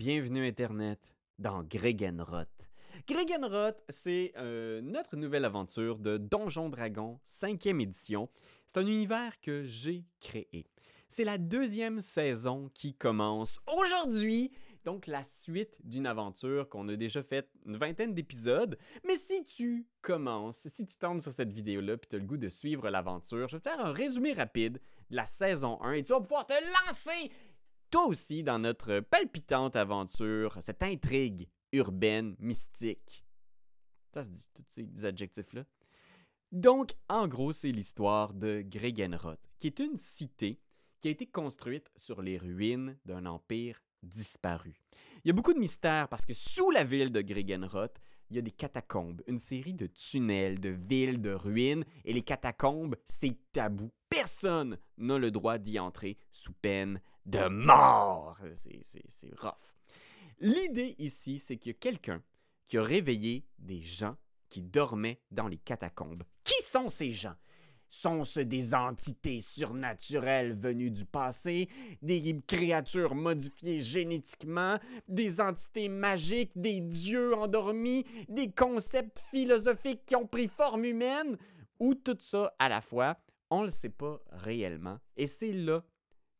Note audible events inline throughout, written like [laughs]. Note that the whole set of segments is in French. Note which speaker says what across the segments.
Speaker 1: Bienvenue Internet dans Gregenroth. Gregenroth, c'est euh, notre nouvelle aventure de Donjon Dragon 5e édition. C'est un univers que j'ai créé. C'est la deuxième saison qui commence aujourd'hui, donc la suite d'une aventure qu'on a déjà faite une vingtaine d'épisodes. Mais si tu commences, si tu tombes sur cette vidéo-là puis tu as le goût de suivre l'aventure, je vais te faire un résumé rapide de la saison 1 et tu vas pouvoir te lancer toi aussi dans notre palpitante aventure, cette intrigue urbaine, mystique. Ça se dit, tous ces adjectifs-là. Donc, en gros, c'est l'histoire de Gregenroth, qui est une cité qui a été construite sur les ruines d'un empire disparu. Il y a beaucoup de mystères parce que sous la ville de Gregenroth, il y a des catacombes, une série de tunnels, de villes, de ruines, et les catacombes, c'est tabou. Personne n'a le droit d'y entrer sous peine de mort. C'est- C'est c'est rough. L'idée ici, c'est qu'il y a quelqu'un qui a réveillé des gens qui dormaient dans les catacombes. Qui sont ces gens? Sont-ce des entités surnaturelles venues du passé, des créatures modifiées génétiquement, des entités magiques, des dieux endormis, des concepts philosophiques qui ont pris forme humaine, ou tout ça à la fois? On ne le sait pas réellement. Et c'est là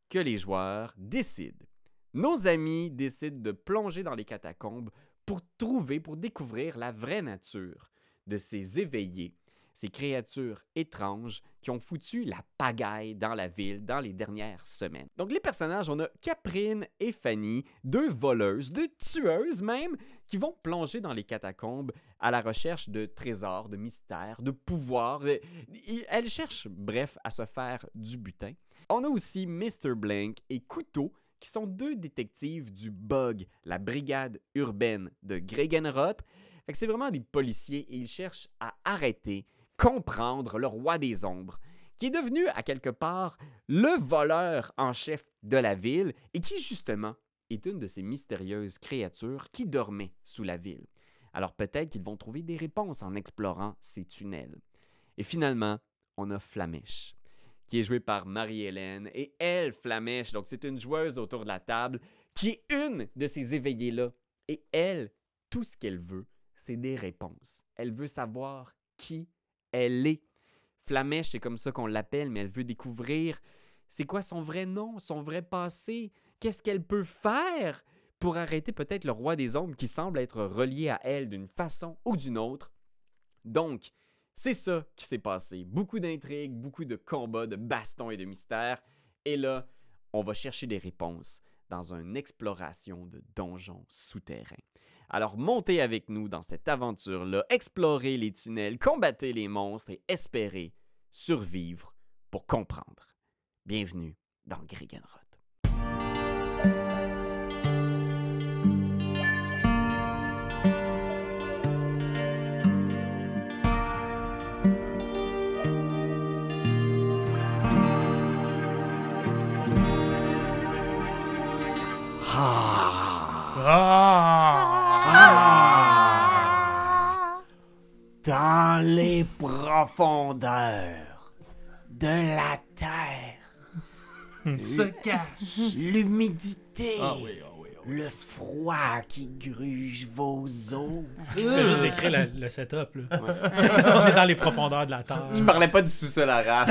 Speaker 1: que les joueurs décident. Nos amis décident de plonger dans les catacombes pour trouver, pour découvrir la vraie nature de ces éveillés, ces créatures étranges qui ont foutu la pagaille dans la ville dans les dernières semaines. Donc les personnages, on a Caprine et Fanny, deux voleuses, deux tueuses même, qui vont plonger dans les catacombes à la recherche de trésors, de mystères, de pouvoirs. de- et Elles cherchent, bref, à se faire du butin. On a aussi Mr. Blank et Couteau, qui sont deux détectives du BUG, la brigade urbaine de Gregenroth. Fait que c'est vraiment des policiers et ils cherchent à arrêter, comprendre le roi des ombres, qui est devenu à quelque part le voleur en chef de la ville et qui justement est une de ces mystérieuses créatures qui dormaient sous la ville. Alors peut-être qu'ils vont trouver des réponses en explorant ces tunnels. Et finalement, on a Flamèche qui est jouée par Marie-Hélène. Et elle, Flamèche, donc c'est une joueuse autour de la table, qui est une de ces éveillés-là. Et elle, tout ce qu'elle veut, c'est des réponses. Elle veut savoir qui elle est. Flamèche, c'est comme ça qu'on l'appelle, mais elle veut découvrir c'est quoi son vrai nom, son vrai passé, qu'est-ce qu'elle peut faire pour arrêter peut-être le roi des ombres qui semble être relié à elle d'une façon ou d'une autre. Donc, c'est ça qui s'est passé. Beaucoup d'intrigues, beaucoup de combats, de bastons et de mystères. Et là, on va chercher des réponses dans une exploration de donjons souterrains. Alors montez avec nous dans cette aventure-là, explorez les tunnels, combattez les monstres et espérez survivre pour comprendre. Bienvenue dans Grigenroth. Ah. Ah. Dans les profondeurs de la
Speaker 2: [laughs]
Speaker 1: terre
Speaker 2: se cache.
Speaker 1: l'humidité,
Speaker 2: oui, ah
Speaker 1: le froid qui gruge vos os.
Speaker 3: Tu
Speaker 2: Euh.
Speaker 3: as juste décrit le, le setup,
Speaker 2: [laughs]
Speaker 3: là. Je vais dans les profondeurs de la terre.
Speaker 1: Je parlais pas du sous-sol [laughs] arabe.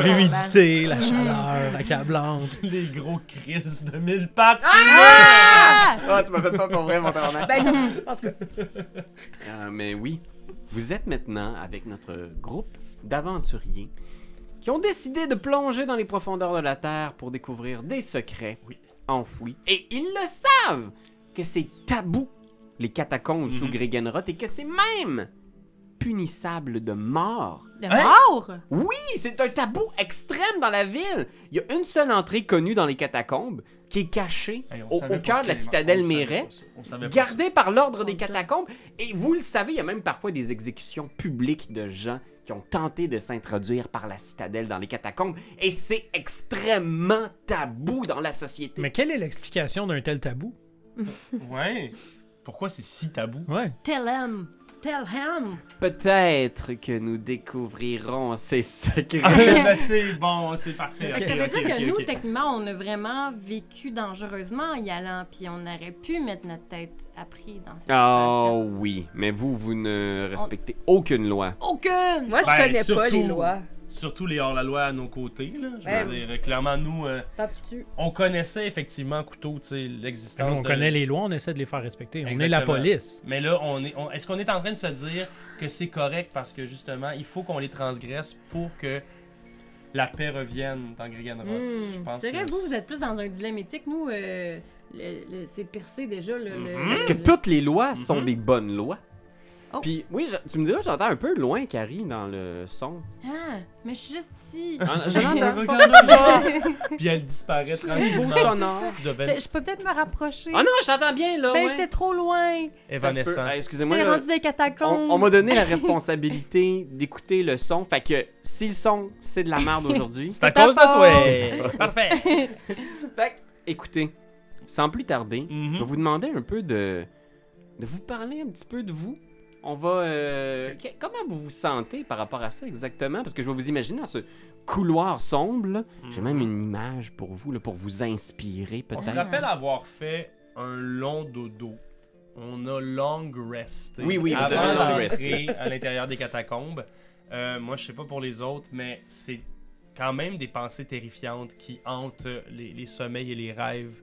Speaker 3: L'humidité, la chaleur, la cablante.
Speaker 2: oui. [laughs] Les gros crises de mille pattes.
Speaker 1: Ah, tu m'as fait pas pour vrai, mon tabarnak.
Speaker 4: Ben non.
Speaker 1: Euh, mais oui, vous êtes maintenant avec notre groupe d'aventuriers qui ont décidé de plonger dans les profondeurs de la Terre pour découvrir des secrets enfouis. Et ils le savent que c'est tabou, les catacombes sous Gregenroth, et que c'est même punissable de mort.
Speaker 4: De mort?
Speaker 1: Oui, c'est un tabou extrême dans la ville. Il y a une seule entrée connue dans les catacombes qui est cachée
Speaker 2: Hey, on
Speaker 1: au,
Speaker 2: savait
Speaker 1: au
Speaker 2: pas
Speaker 1: cœur
Speaker 2: que
Speaker 1: de la
Speaker 2: c'était-
Speaker 1: citadelle
Speaker 2: on savait
Speaker 1: Méret
Speaker 2: pas ça. On savait pas
Speaker 1: gardé par l'ordre des catacombes. Et vous le savez, il y a même parfois des exécutions publiques de gens qui ont tenté de s'introduire par la citadelle dans les catacombes. Et c'est extrêmement tabou dans la société.
Speaker 3: Mais quelle est l'explication d'un tel tabou?
Speaker 2: ça. Ouais. Pourquoi c'est si tabou? [laughs]
Speaker 3: Ouais.
Speaker 4: Tell 'em. Telham.
Speaker 1: Peut-être que nous découvrirons ces
Speaker 3: Ah.
Speaker 1: secrets.
Speaker 2: ben, c'est bon, c'est parfait.
Speaker 4: Fait que ça
Speaker 2: ok,
Speaker 4: veut
Speaker 2: ok,
Speaker 4: dire que
Speaker 2: ok,
Speaker 4: nous,
Speaker 2: ok.
Speaker 4: techniquement, on a vraiment vécu dangereusement en y allant, puis on aurait pu mettre notre tête à prix dans cette situation.
Speaker 1: Oh oui, mais vous, vous ne respectez aucune loi.
Speaker 4: Aucune!
Speaker 5: Moi, je
Speaker 2: Ben,
Speaker 5: connais pas les
Speaker 2: surtout-
Speaker 5: lois.
Speaker 2: Surtout les hors-la-loi à nos côtés, là. Je
Speaker 4: Ben
Speaker 2: veux
Speaker 5: Ouais.
Speaker 2: dire, clairement, nous, euh,
Speaker 5: Tant pis tu.
Speaker 2: on connaissait effectivement Couteau, tu sais,
Speaker 3: Nous,
Speaker 2: l'existence
Speaker 3: on
Speaker 2: de-
Speaker 3: connaît les lois, on essaie de les faire respecter. On est
Speaker 2: Exactement.
Speaker 3: la police.
Speaker 2: Mais là, on est, on- est-ce qu'on est en train de se dire que c'est correct parce que justement, il faut qu'on les transgresse pour que la paix revienne dans Gregan Rock? Je pense
Speaker 4: Hmm. C'est vrai,
Speaker 2: que
Speaker 4: vous,
Speaker 2: c'est-
Speaker 4: vous êtes plus dans un dilemme éthique. Nous, euh, le- le- c'est percé déjà. Le, le-
Speaker 2: Mhm.
Speaker 1: Mm-hmm. Est-ce que
Speaker 4: le-
Speaker 1: toutes les lois sont
Speaker 2: Mhm.
Speaker 1: des bonnes lois?
Speaker 4: Oh.
Speaker 1: Puis oui, je- tu me diras, j'entends un peu loin, Carrie, dans le son.
Speaker 4: Ah, mais je suis juste ici.
Speaker 1: Ah, je
Speaker 4: [laughs]
Speaker 1: l'entends.
Speaker 2: [laughs] Puis elle disparaît
Speaker 1: Niveau
Speaker 2: tranquillement.
Speaker 1: sonore.
Speaker 2: de ben-
Speaker 4: Je, je peux peut-être me rapprocher.
Speaker 1: Ah non, je t'entends bien, là.
Speaker 4: Ben,
Speaker 1: ouais.
Speaker 4: j'étais trop
Speaker 1: Ça
Speaker 4: loin.
Speaker 1: se peut.
Speaker 2: Évanescent.
Speaker 1: Ah,
Speaker 4: Je
Speaker 1: Excusez-moi,
Speaker 4: t'ai
Speaker 1: là,
Speaker 4: rendu des catacombes.
Speaker 1: on, on m'a donné
Speaker 4: [laughs]
Speaker 1: la responsabilité d'écouter le son. Fait que si le son, [laughs] c'est de la merde aujourd'hui,
Speaker 2: C'est à
Speaker 4: ta
Speaker 2: cause de toi! Parfait!
Speaker 1: Fait que, écoutez, sans plus tarder, [laughs]
Speaker 2: Mhm.
Speaker 1: je vais vous demander un peu de, de vous parler un petit peu de vous. On va. euh, que- comment vous vous sentez par rapport à ça exactement? Parce que je vais vous imaginer dans ce couloir sombre. là. J'ai même une image pour vous, là, pour vous inspirer
Speaker 2: On se
Speaker 1: peut-être.
Speaker 2: rappelle avoir fait un long dodo. On a long resté.
Speaker 1: Oui, oui, vous
Speaker 2: avant
Speaker 1: avez long
Speaker 2: d'entrer à l'intérieur des catacombes. Euh, moi, je sais pas pour les autres, mais c'est quand même des pensées terrifiantes qui hantent les, les sommeils et les rêves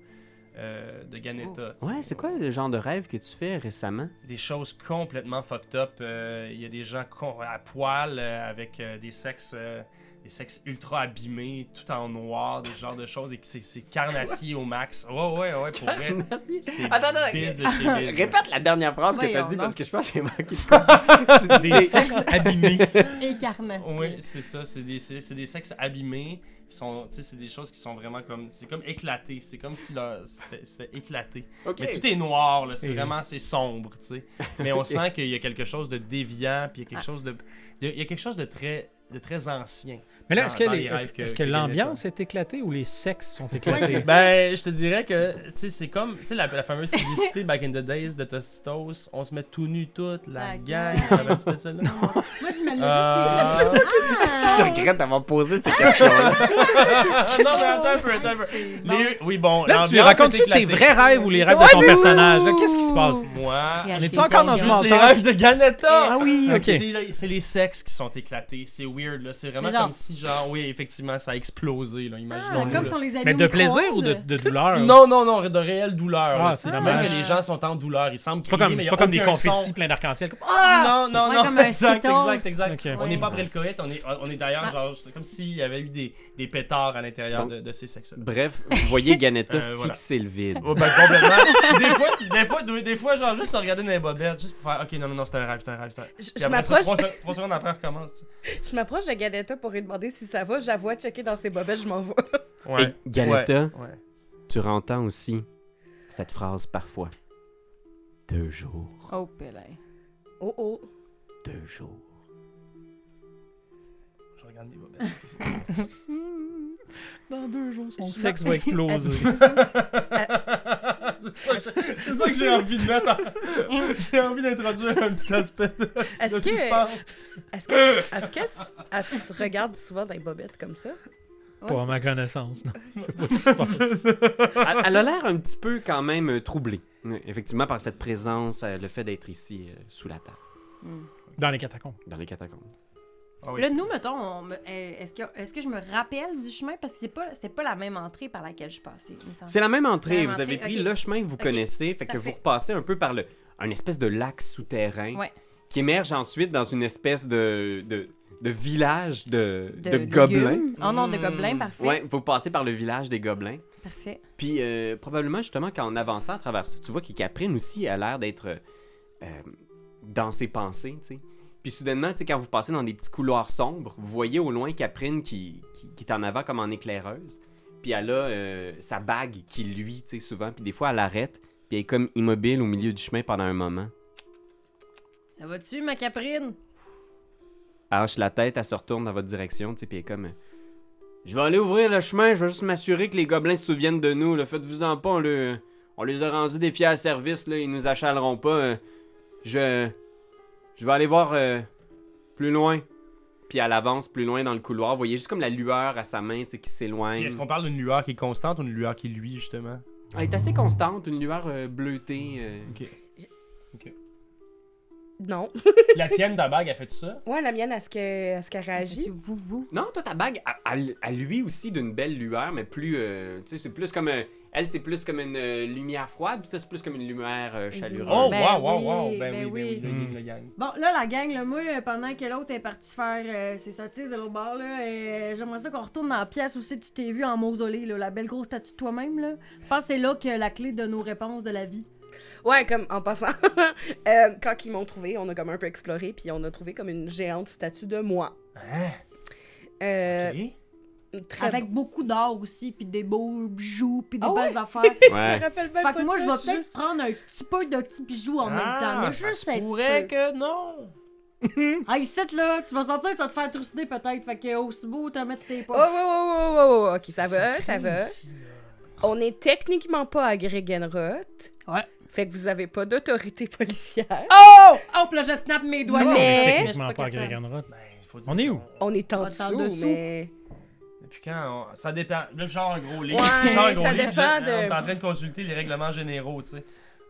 Speaker 2: euh, de Ganeta. tu sais.
Speaker 1: Oh. Ouais, c'est quoi le genre de rêve que tu fais [laughs] récemment?
Speaker 2: Des choses complètement fucked up. Euh, Il y a des gens con- à poil euh, avec euh, des sexes. euh, des sexes ultra abîmés, tout en noir, des genres de choses, des- c'est c'est carnassier au max. Ouais, ouais, ouais, pour vrai. C'est
Speaker 1: Attends, attends,
Speaker 2: biz de chez biz.
Speaker 1: Répète la dernière phrase que
Speaker 4: Voyons
Speaker 1: t'as dit
Speaker 4: donc.
Speaker 1: parce que je pense que j'ai manqué.
Speaker 3: Des sexes abîmés. [laughs]
Speaker 4: Écarné.
Speaker 2: Oui, c'est ça. C'est des, c'est c'est des sexes abîmés. Ils sont- tu sais, C'est des choses qui sont vraiment comme. C'est comme éclaté. C'est comme si leur- c'était c'était éclaté.
Speaker 1: Ok.
Speaker 2: Mais tout est noir, là. C'est
Speaker 3: Et-
Speaker 2: vraiment c'est sombre, tu
Speaker 3: [laughs]
Speaker 2: sais. Mais on sent qu'il y a quelque chose de déviant, puis il y a
Speaker 3: Ah.
Speaker 2: quelque chose de. Il y a, il y a quelque chose de très, de très ancien.
Speaker 3: Mais là,
Speaker 2: Dans-
Speaker 3: est-ce que,
Speaker 2: dans
Speaker 3: les-
Speaker 2: les rêves que-
Speaker 3: est-ce
Speaker 2: que
Speaker 3: que
Speaker 2: Kevin [laughs]
Speaker 3: l'ambiance est éclatée ou les sexes sont éclatés?
Speaker 2: Ben, je te dirais que, tu sais, c'est comme, tu sais, la, la fameuse publicité Back in the Days de Tostitos. On se met tout nu toute, la
Speaker 4: La gang.
Speaker 2: gang. Te rappelles-tu de celle-là?
Speaker 4: Moi, [laughs] je me
Speaker 2: Ah.
Speaker 1: Je regrette d'avoir posé cette question-là.
Speaker 2: Ah, non, mais attends un peu, attends un peu. Les- oui, bon,
Speaker 3: Là, tu
Speaker 2: l'ambiance est
Speaker 3: racontes-tu tes
Speaker 2: éclatée.
Speaker 3: vrais rêves ou les rêves de ton personnage? là? Qu'est-ce qui se passe?
Speaker 2: Moi,
Speaker 4: Réagis.
Speaker 3: On est-tu encore dans ce
Speaker 2: juste les
Speaker 3: mental?
Speaker 2: rêves de Ganetta.
Speaker 3: Ah oui, ok.
Speaker 2: C'est là- C'est les sexes qui sont éclatés. C'est weird, là. C'est vraiment
Speaker 4: Mais genre-
Speaker 2: comme si, genre, oui, effectivement, ça a explosé, là. Imaginons.
Speaker 4: Ah, comme sont les amis
Speaker 3: Mais
Speaker 4: au
Speaker 3: de plaisir
Speaker 4: micro-ondes.
Speaker 3: ou de, de douleur?
Speaker 2: Non, non, non, de réelle douleur.
Speaker 3: Ah,
Speaker 2: là.
Speaker 3: c'est
Speaker 2: Tu sais,
Speaker 3: dommage.
Speaker 2: Même que les gens sont en douleur. Ils semblent
Speaker 3: C'est pas comme,
Speaker 2: crier, mais
Speaker 3: c'est
Speaker 2: y a
Speaker 3: pas comme des
Speaker 2: aucun
Speaker 3: confettis
Speaker 2: son.
Speaker 3: plein d'arc-en-ciel. comme-
Speaker 2: Non, non,
Speaker 4: Ah! Ouais,
Speaker 2: non.
Speaker 4: comme un
Speaker 2: [laughs] exact,
Speaker 4: Skittles.
Speaker 2: exact, exact.
Speaker 3: Ok.
Speaker 2: On
Speaker 4: Ouais.
Speaker 2: n'est pas après le coït. On est, on est d'ailleurs,
Speaker 4: Ah.
Speaker 2: genre, comme s'il y avait eu des, des pétards à l'intérieur
Speaker 1: Donc-
Speaker 2: de, de ces sexes-là.
Speaker 1: Bref, vous voyez Ganetta
Speaker 2: Euh, voilà.
Speaker 1: fixer le vide.
Speaker 2: Oh, ben, complètement. des, fois, c'est- des, fois, des, des fois, genre, juste regarder dans les bobettes, juste pour faire OK, non, non, non, c'est un rêve, c'est un rêve, c'est un rêve.
Speaker 5: Je,
Speaker 2: Puis
Speaker 5: je
Speaker 2: après ça,
Speaker 5: m'approche
Speaker 2: trois, se- trois secondes après, elle recommence. tu sais.
Speaker 5: je m'approche de Galetta pour lui demander si ça va. J'avoue, checker dans ses bobettes, je m'en
Speaker 2: [laughs]
Speaker 5: vais.
Speaker 1: Et Galetta,
Speaker 2: Ouais. ouais.
Speaker 1: tu entends aussi cette phrase parfois. Deux jours,
Speaker 4: Oh, pélin.
Speaker 5: Oh oh.
Speaker 1: deux [laughs] jours.
Speaker 2: Je regarde mes bobettes.
Speaker 3: Dans deux jours, son sexe va exploser.
Speaker 2: [laughs] c'est ça que- c'est ça que j'ai envie de mettre. en- J'ai envie d'introduire un petit aspect de,
Speaker 5: Est-ce
Speaker 2: de
Speaker 5: que-
Speaker 2: suspense. [laughs]
Speaker 5: Est-ce qu'elle est-ce qu'elle s- elle se regarde souvent dans les bobettes comme ça?
Speaker 4: Ouais,
Speaker 3: Pas à ma connaissance,
Speaker 2: [laughs]
Speaker 3: non. Je sais pas ce qui se passe.
Speaker 1: elle, elle a l'air un petit peu quand même euh, troublée, euh, effectivement, par cette présence, euh, le fait d'être ici euh, sous la table,
Speaker 4: c'est- Hmm.
Speaker 3: Dans les catacombes.
Speaker 1: dans les catacombes.
Speaker 2: Ah oui,
Speaker 4: Là,
Speaker 2: c'est-
Speaker 4: nous, mettons, on me- euh, est-ce que, est-ce que je me rappelle du chemin? Parce que c'est pas, c'était pas la même entrée par laquelle je passais. il me semble.
Speaker 1: C'est la même entrée,
Speaker 4: C'est la même
Speaker 1: vous avez
Speaker 4: entrée,
Speaker 1: pris
Speaker 4: ok.
Speaker 1: le chemin que vous
Speaker 4: Ok,
Speaker 1: connaissez, fait que vous
Speaker 4: parfait.
Speaker 1: repassez un peu par le, un espèce de lac souterrain
Speaker 4: Ouais.
Speaker 1: qui émerge ensuite dans une espèce de, de, de village de, de,
Speaker 4: légumes.
Speaker 1: gobelins. Hmm.
Speaker 4: Oh non, de
Speaker 2: Mm.
Speaker 4: gobelins, parfait.
Speaker 1: Ouais, vous passez par le village des gobelins.
Speaker 4: Parfait.
Speaker 1: Puis euh, probablement justement qu'en avançant à travers ça, tu vois que Caprine aussi a l'air d'être euh, euh, dans ses pensées, tu sais. Puis soudainement, tu sais, quand vous passez dans des petits couloirs sombres, vous voyez au loin Caprine qui, qui, qui est en avant comme en éclaireuse. Puis elle a euh, sa bague qui lui, tu sais, souvent. Puis des fois, elle arrête. Puis elle est comme immobile au milieu du chemin pendant un moment.
Speaker 4: Ça va-tu, ma caprine?
Speaker 1: Elle hoche la tête, elle se retourne dans votre direction, tu sais, puis elle est comme... euh, Je vais aller ouvrir le chemin, je vais juste m'assurer que les gobelins se souviennent de nous, là. Faites-vous-en pas, on, le- on les a rendus des fiers services, là. Ils nous achaleront pas. euh, Je... Je vais aller voir euh, plus loin. Puis elle avance plus loin dans le couloir. Vous voyez juste comme la lueur à sa main tu sais, qui
Speaker 2: Puis
Speaker 1: s'éloigne.
Speaker 2: Est-ce qu'on parle d'une lueur qui est constante ou d'une lueur qui lui, justement
Speaker 1: Elle est assez constante, une lueur euh, bleutée. euh.
Speaker 5: Non.
Speaker 2: La tienne, ta bague, a fait ça
Speaker 5: Ouais, la mienne, est-ce qu'elle est réagit?
Speaker 4: Vous, vous.
Speaker 1: Non, toi, ta bague, à, à- à lui aussi d'une belle lueur, mais plus. euh, tu sais, c'est plus comme. euh, elle, c'est plus comme une euh, lumière froide, puis toi, c'est plus comme une lumière euh, chaleureuse.
Speaker 2: Oh,
Speaker 4: Ben
Speaker 2: wow, wow,
Speaker 4: oui,
Speaker 2: wow. Ben,
Speaker 4: ben
Speaker 2: oui, ben oui,
Speaker 4: oui.
Speaker 2: le yin,
Speaker 3: Mm.
Speaker 2: le yang.
Speaker 4: Bon, là, la gang, là, moi, euh, pendant que l'autre est parti faire euh, ses sottises de l'autre bord, là, euh, j'aimerais ça qu'on retourne dans la pièce où c'est que tu t'es vu en mausolée, là, la belle grosse statue de toi-même. Là. Je pense que c'est là que la clé de nos réponses de la vie.
Speaker 5: Ouais, comme en passant. [laughs] Euh, quand ils m'ont trouvé, on a comme un peu exploré, puis on a trouvé comme une géante statue de moi. Euh,
Speaker 2: Hein? Ok.
Speaker 5: très
Speaker 4: Avec beaucoup d'or aussi, puis des beaux bijoux, puis des
Speaker 5: Ah
Speaker 4: belles affaires.
Speaker 5: Je
Speaker 1: Ouais.
Speaker 5: me rappelle même
Speaker 4: Fait
Speaker 5: pas
Speaker 4: que moi,
Speaker 5: de
Speaker 4: je
Speaker 5: ça,
Speaker 4: vais peut-être prendre un petit peu de petits bijoux en même temps.
Speaker 2: Ah,
Speaker 4: Là,
Speaker 2: ça
Speaker 4: juste
Speaker 2: se
Speaker 4: un petit
Speaker 2: pourrait
Speaker 4: peu.
Speaker 2: que non.
Speaker 4: Ah, ici, là, tu vas sortir, tu vas te faire trucider peut-être. Fait que aussi beau, te mettre tes
Speaker 5: Oh,
Speaker 4: poches.
Speaker 5: oh, oh, oh, oh, oh, ok, ça va,
Speaker 2: Sacré
Speaker 5: ça va.
Speaker 2: ici, là.
Speaker 5: On est techniquement pas à Gregenroth.
Speaker 4: Ouais.
Speaker 5: Fait que vous avez pas d'autorité policière.
Speaker 4: Oh! Oh, puis là, je snap mes doigts.
Speaker 5: Non,
Speaker 4: là.
Speaker 5: mais-
Speaker 4: Je suis
Speaker 3: Ah, Techniquement pas à
Speaker 4: capable.
Speaker 3: Gregenroth.
Speaker 2: Ben, il faut dire
Speaker 3: On est où?
Speaker 2: qu'on-
Speaker 5: On est en
Speaker 4: On est en
Speaker 5: dessous,
Speaker 4: dessous.
Speaker 5: mais...
Speaker 2: Depuis quand on- Ça dépend. Même genre un gros livre.
Speaker 5: Ouais,
Speaker 2: genre un gros
Speaker 5: ça
Speaker 2: livre,
Speaker 5: dépend
Speaker 2: là,
Speaker 5: de-
Speaker 2: On est en train de consulter les règlements généraux, tu sais.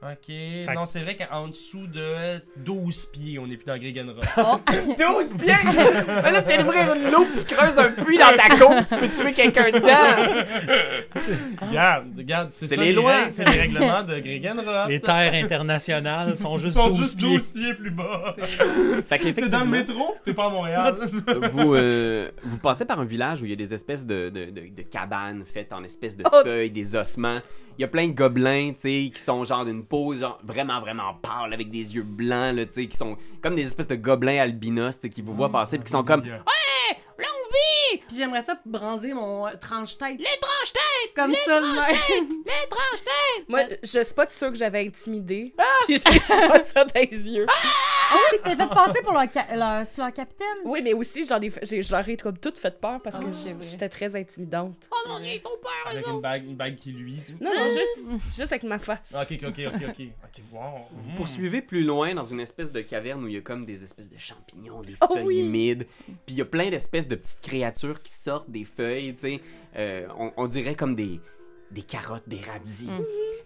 Speaker 2: Ok.
Speaker 3: que-
Speaker 2: Non, c'est vrai qu'en dessous de 12 pieds, on n'est plus dans Gregan Rock.
Speaker 4: Oh.
Speaker 1: 12 bien! Mais là, tu viens d'ouvrir une loupe, tu creuses un puits dans ta côte, tu peux tuer quelqu'un dedans!
Speaker 2: Regarde, regarde, c'est
Speaker 1: C'est
Speaker 2: ça.
Speaker 1: les lois.
Speaker 2: règles, C'est les règlements de Gregan [laughs] Rock.
Speaker 3: Les terres internationales
Speaker 2: [laughs]
Speaker 3: sont
Speaker 2: Ils
Speaker 3: juste
Speaker 2: Ah. sont
Speaker 3: 12
Speaker 2: juste
Speaker 3: pieds.
Speaker 2: 12 pieds plus bas.
Speaker 1: Fait
Speaker 2: T'es dans le
Speaker 1: qu'effectivement,
Speaker 2: métro, t'es pas à Montréal.
Speaker 1: vous, euh, vous passez par un village où il y a des espèces de, de- de- de cabanes faites en espèces de
Speaker 5: Oh.
Speaker 1: feuilles, des ossements. Il y a plein de gobelins, tu sais, qui sont genre d'une peau genre vraiment, vraiment pâle, avec des yeux blancs, là, tu sais, qui sont comme des espèces de gobelins albinos, tu sais, qui vous voient passer, puis qui sont
Speaker 2: [laughs]
Speaker 1: comme...
Speaker 4: Puis j'aimerais ça brandir mon euh, tranche-tête. Les tranches-têtes! Comme ça, de même.
Speaker 5: Moi, je suis pas sûre que j'avais intimidé. [laughs] Puis j'ai pas ça dans les yeux.
Speaker 4: Ah oui, tu t'es fait passer pour leur, ca- leur- sur leur capitaine.
Speaker 5: Oui, mais aussi, j'en ai, j'ai- je leur ai comme toute fait peur parce que
Speaker 4: Ah, c'est vrai. Ah!
Speaker 5: j'étais très intimidante.
Speaker 2: Avec une bague, une bague qui lui. tu-
Speaker 5: Non, non, juste, juste avec ma face.
Speaker 2: Ah, Ok, ok, ok, ok. Ok, wow.
Speaker 1: Vous
Speaker 2: Hmm.
Speaker 1: poursuivez plus loin dans une espèce de caverne où il y a comme des espèces de champignons, des
Speaker 5: Oh
Speaker 1: feuilles
Speaker 5: oui.
Speaker 1: humides. Puis il y a plein d'espèces de petites créatures qui sortent des feuilles, tu sais. Euh, on, on dirait comme des, des carottes, des radis.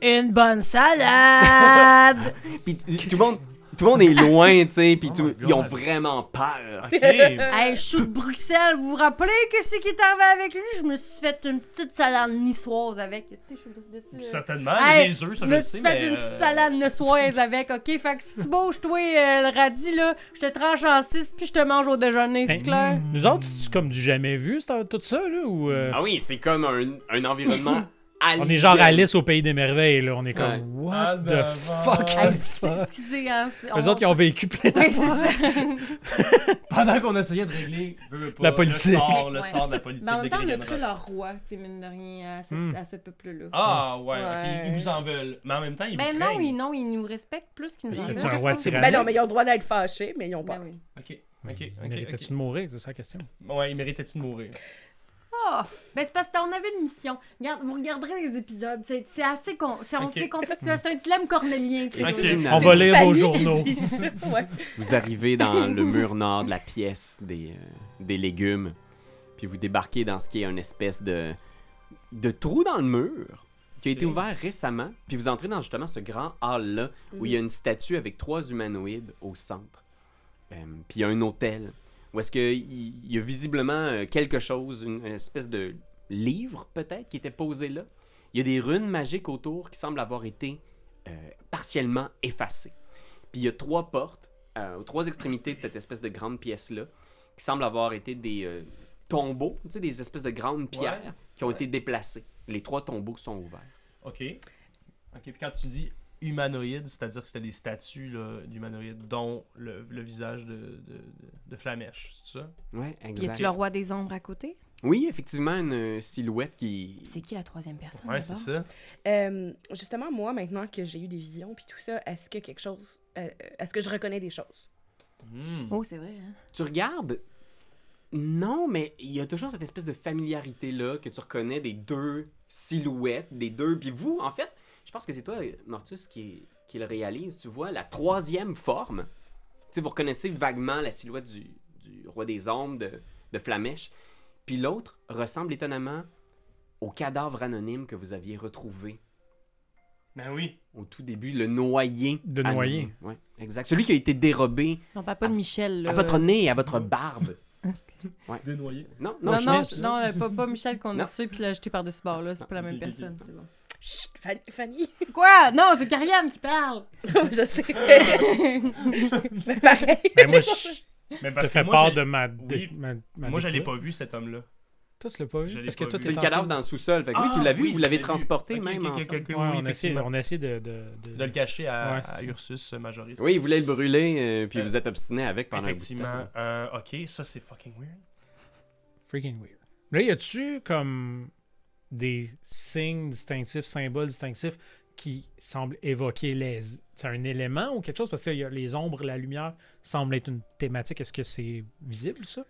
Speaker 5: Mm.
Speaker 4: Une bonne salade!
Speaker 1: Puis t- tout le monde, tout le monde est loin, tu sais. Puis
Speaker 2: Oh
Speaker 1: tout-
Speaker 2: my
Speaker 1: ils ont
Speaker 2: God.
Speaker 1: vraiment peur.
Speaker 2: Ok.
Speaker 4: hey, chou de Bruxelles, vous vous rappelez que c'est qui t'avait avec lui? Je me suis fait une petite salade niçoise avec. Tu sais, je suis dessus. là.
Speaker 2: Certainement,
Speaker 4: Hey,
Speaker 2: les œufs,
Speaker 4: Je
Speaker 2: ça je
Speaker 4: me
Speaker 2: le
Speaker 4: suis
Speaker 2: sais.
Speaker 4: fait
Speaker 2: mais,
Speaker 4: une
Speaker 2: euh,
Speaker 4: petite salade niçoise avec, ok? Fait que si tu bouges, toi, euh, le radis, là, je te tranche en six, puis je te mange au déjeuner,
Speaker 3: Ben,
Speaker 4: c'est clair?
Speaker 3: Nous autres, c'est comme du jamais vu, c'est- tout ça, là? Ou, euh,
Speaker 1: Ah oui, c'est comme un, un [laughs] environnement
Speaker 3: on est genre
Speaker 1: à
Speaker 3: Alice au pays des merveilles, là. On est comme, what
Speaker 2: Ah, ben,
Speaker 3: the fuck?
Speaker 4: Hey,
Speaker 3: qu'est-ce qui se passe?
Speaker 4: excusez, hein, c'est-
Speaker 3: Eux
Speaker 4: on-
Speaker 3: autres, ils ont vécu plein
Speaker 4: [laughs]
Speaker 3: de
Speaker 4: Oui, c'est ça.
Speaker 2: Pendant qu'on essayait de régler veux, veux pas,
Speaker 3: La politique.
Speaker 2: le sort, le
Speaker 4: Ouais.
Speaker 2: sort de la politique
Speaker 4: Mais en
Speaker 2: de
Speaker 4: même temps, on a
Speaker 2: Greg
Speaker 4: tué leur roi, tu sais, mine de rien, à, cette-
Speaker 3: Hmm.
Speaker 4: à ce peuple-là.
Speaker 2: Ah ouais, ok,
Speaker 5: Ouais.
Speaker 2: ils vous en veulent. Mais en même temps, ils
Speaker 4: ben
Speaker 2: vous
Speaker 4: non,
Speaker 2: craignent.
Speaker 4: ils, non, ils nous respectent plus qu'ils nous
Speaker 3: Mais
Speaker 4: en
Speaker 3: c'est-tu
Speaker 4: veulent.
Speaker 3: un roi
Speaker 5: Ben
Speaker 3: tyrannique?
Speaker 5: non, mais ils ont le droit d'être fâchés, mais ils ont pas.
Speaker 4: Ben oui.
Speaker 2: Ok, ok, ok.
Speaker 3: Méritais-tu
Speaker 2: ok.
Speaker 3: de mourir? C'est ça la question.
Speaker 2: Ouais, ils méritaient-tu de mourir?
Speaker 4: Ah! ben c'est parce qu'on avait une mission. Regarde, vous regarderez les épisodes. C'est c'est assez con. c'est- On
Speaker 2: Ok.
Speaker 4: s'est constitué. C'est un dilemme cornélien. tu sais.
Speaker 2: Ok.
Speaker 3: On va lire vos journaux.
Speaker 5: ouais.
Speaker 1: Vous arrivez dans le mur nord de la pièce des, euh, des légumes, puis vous débarquez dans ce qui est une espèce de, de trou dans le mur qui a été
Speaker 2: Ok.
Speaker 1: ouvert récemment, puis vous entrez dans justement ce grand hall-là où il y a une statue avec trois humanoïdes au centre. Euh, puis il y a un hôtel où est-ce qu'il y a visiblement euh, quelque chose, une, une espèce de livre peut-être qui était posé là. Il y a des runes magiques autour qui semblent avoir été euh, partiellement effacées. Puis il y a trois portes euh, aux trois extrémités de cette espèce de grande pièce-là qui semblent avoir été des euh, tombeaux, tu sais, des espèces de grandes pierres qui ont été déplacées. Les trois tombeaux sont ouverts.
Speaker 2: Ok. Ok, puis quand tu dis humanoïde, c'est-à-dire que c'était des statues là, d'humanoïdes, dont le, le visage de, de, de, de Flamèche, c'est ça?
Speaker 1: Ouais,
Speaker 4: Y
Speaker 1: exact.
Speaker 4: a-tu le roi des ombres à côté?
Speaker 1: Oui, effectivement, une euh, silhouette qui.
Speaker 4: C'est qui la troisième personne?
Speaker 2: Ouais, c'est
Speaker 4: d'abord?
Speaker 2: ça.
Speaker 5: Euh, justement, moi, maintenant que j'ai eu des visions puis tout ça, est-ce que quelque chose. euh, est-ce que je reconnais des choses?
Speaker 2: Hmm.
Speaker 4: Oh, c'est vrai. hein.
Speaker 1: Tu regardes. Non, mais il y a toujours cette espèce de familiarité-là que tu reconnais des deux silhouettes, des deux. Puis vous, en fait, je pense que c'est toi, Mortus, qui, qui le réalise. Tu vois la troisième forme sais, vous reconnaissez vaguement la silhouette du, du roi des ombres de, de Flamèche. Puis l'autre ressemble étonnamment au cadavre anonyme que vous aviez retrouvé
Speaker 2: Ben oui.
Speaker 1: au tout début, le noyé.
Speaker 3: De
Speaker 1: anonyme. Ouais,
Speaker 3: noyé.
Speaker 1: exact. Celui qui a été dérobé
Speaker 6: On parle pas de Michel. euh. là.
Speaker 1: à votre nez et à votre barbe.
Speaker 2: Dénoyé.
Speaker 1: Non, non,
Speaker 6: Non,
Speaker 1: je
Speaker 6: non,
Speaker 1: mets-
Speaker 6: je- non, euh, pas, pas Michel qu'on
Speaker 1: Non. Ah,
Speaker 6: a reçu puis l'a jeté par-dessus bord, là. C'est pas la même
Speaker 2: Guigui.
Speaker 6: personne. c'est bon.
Speaker 5: Chut, Fanny, Fanny. [laughs]
Speaker 6: Quoi? Non, c'est Karianne
Speaker 4: [laughs]
Speaker 6: qui parle!
Speaker 5: je sais. [laughs] Mais pareil.
Speaker 3: Ben,
Speaker 4: [laughs]
Speaker 3: moi,
Speaker 5: [laughs]
Speaker 3: je
Speaker 2: Mais
Speaker 3: te
Speaker 2: parce que
Speaker 3: fais
Speaker 2: moi,
Speaker 3: part
Speaker 2: j'ai-
Speaker 3: de ma. de-
Speaker 2: Oui.
Speaker 3: ma- ma
Speaker 2: moi, je l'ai
Speaker 3: découverte.
Speaker 2: pas vu cet homme-là.
Speaker 3: Toi, tu l'as pas
Speaker 2: Je l'ai
Speaker 3: vu. Parce que
Speaker 2: pas
Speaker 3: toi,
Speaker 2: vu.
Speaker 1: C'est
Speaker 3: t'es
Speaker 1: le
Speaker 3: en-
Speaker 1: cadavre dans le sous-sol. Fait que oui, tu l'as vu,
Speaker 2: Ah, oui,
Speaker 1: vous
Speaker 2: je
Speaker 1: l'avez
Speaker 2: l'ai
Speaker 1: transporté
Speaker 2: Ok,
Speaker 1: même.
Speaker 2: ok, ok,
Speaker 1: ensemble.
Speaker 2: ok,
Speaker 3: Ouais,
Speaker 2: oui,
Speaker 3: on, a essayé,
Speaker 2: effectivement.
Speaker 3: on a essayé de. de, de-
Speaker 2: De le cacher à,
Speaker 3: Ouais, c'est
Speaker 2: à
Speaker 3: ça.
Speaker 2: Ursus euh, Majoris.
Speaker 1: Oui, il voulait le brûler, euh, puis
Speaker 2: Euh,
Speaker 1: vous êtes obstiné avec pendant un bout de temps.
Speaker 2: Effectivement. Euh, ok, ça c'est fucking weird.
Speaker 3: Freaking weird. Là, y a-tu comme des signes distinctifs, symboles distinctifs qui semblent évoquer les... c'est un élément ou quelque chose? Parce que y a les ombres, la lumière semble être une thématique. Est-ce que c'est visible, ça?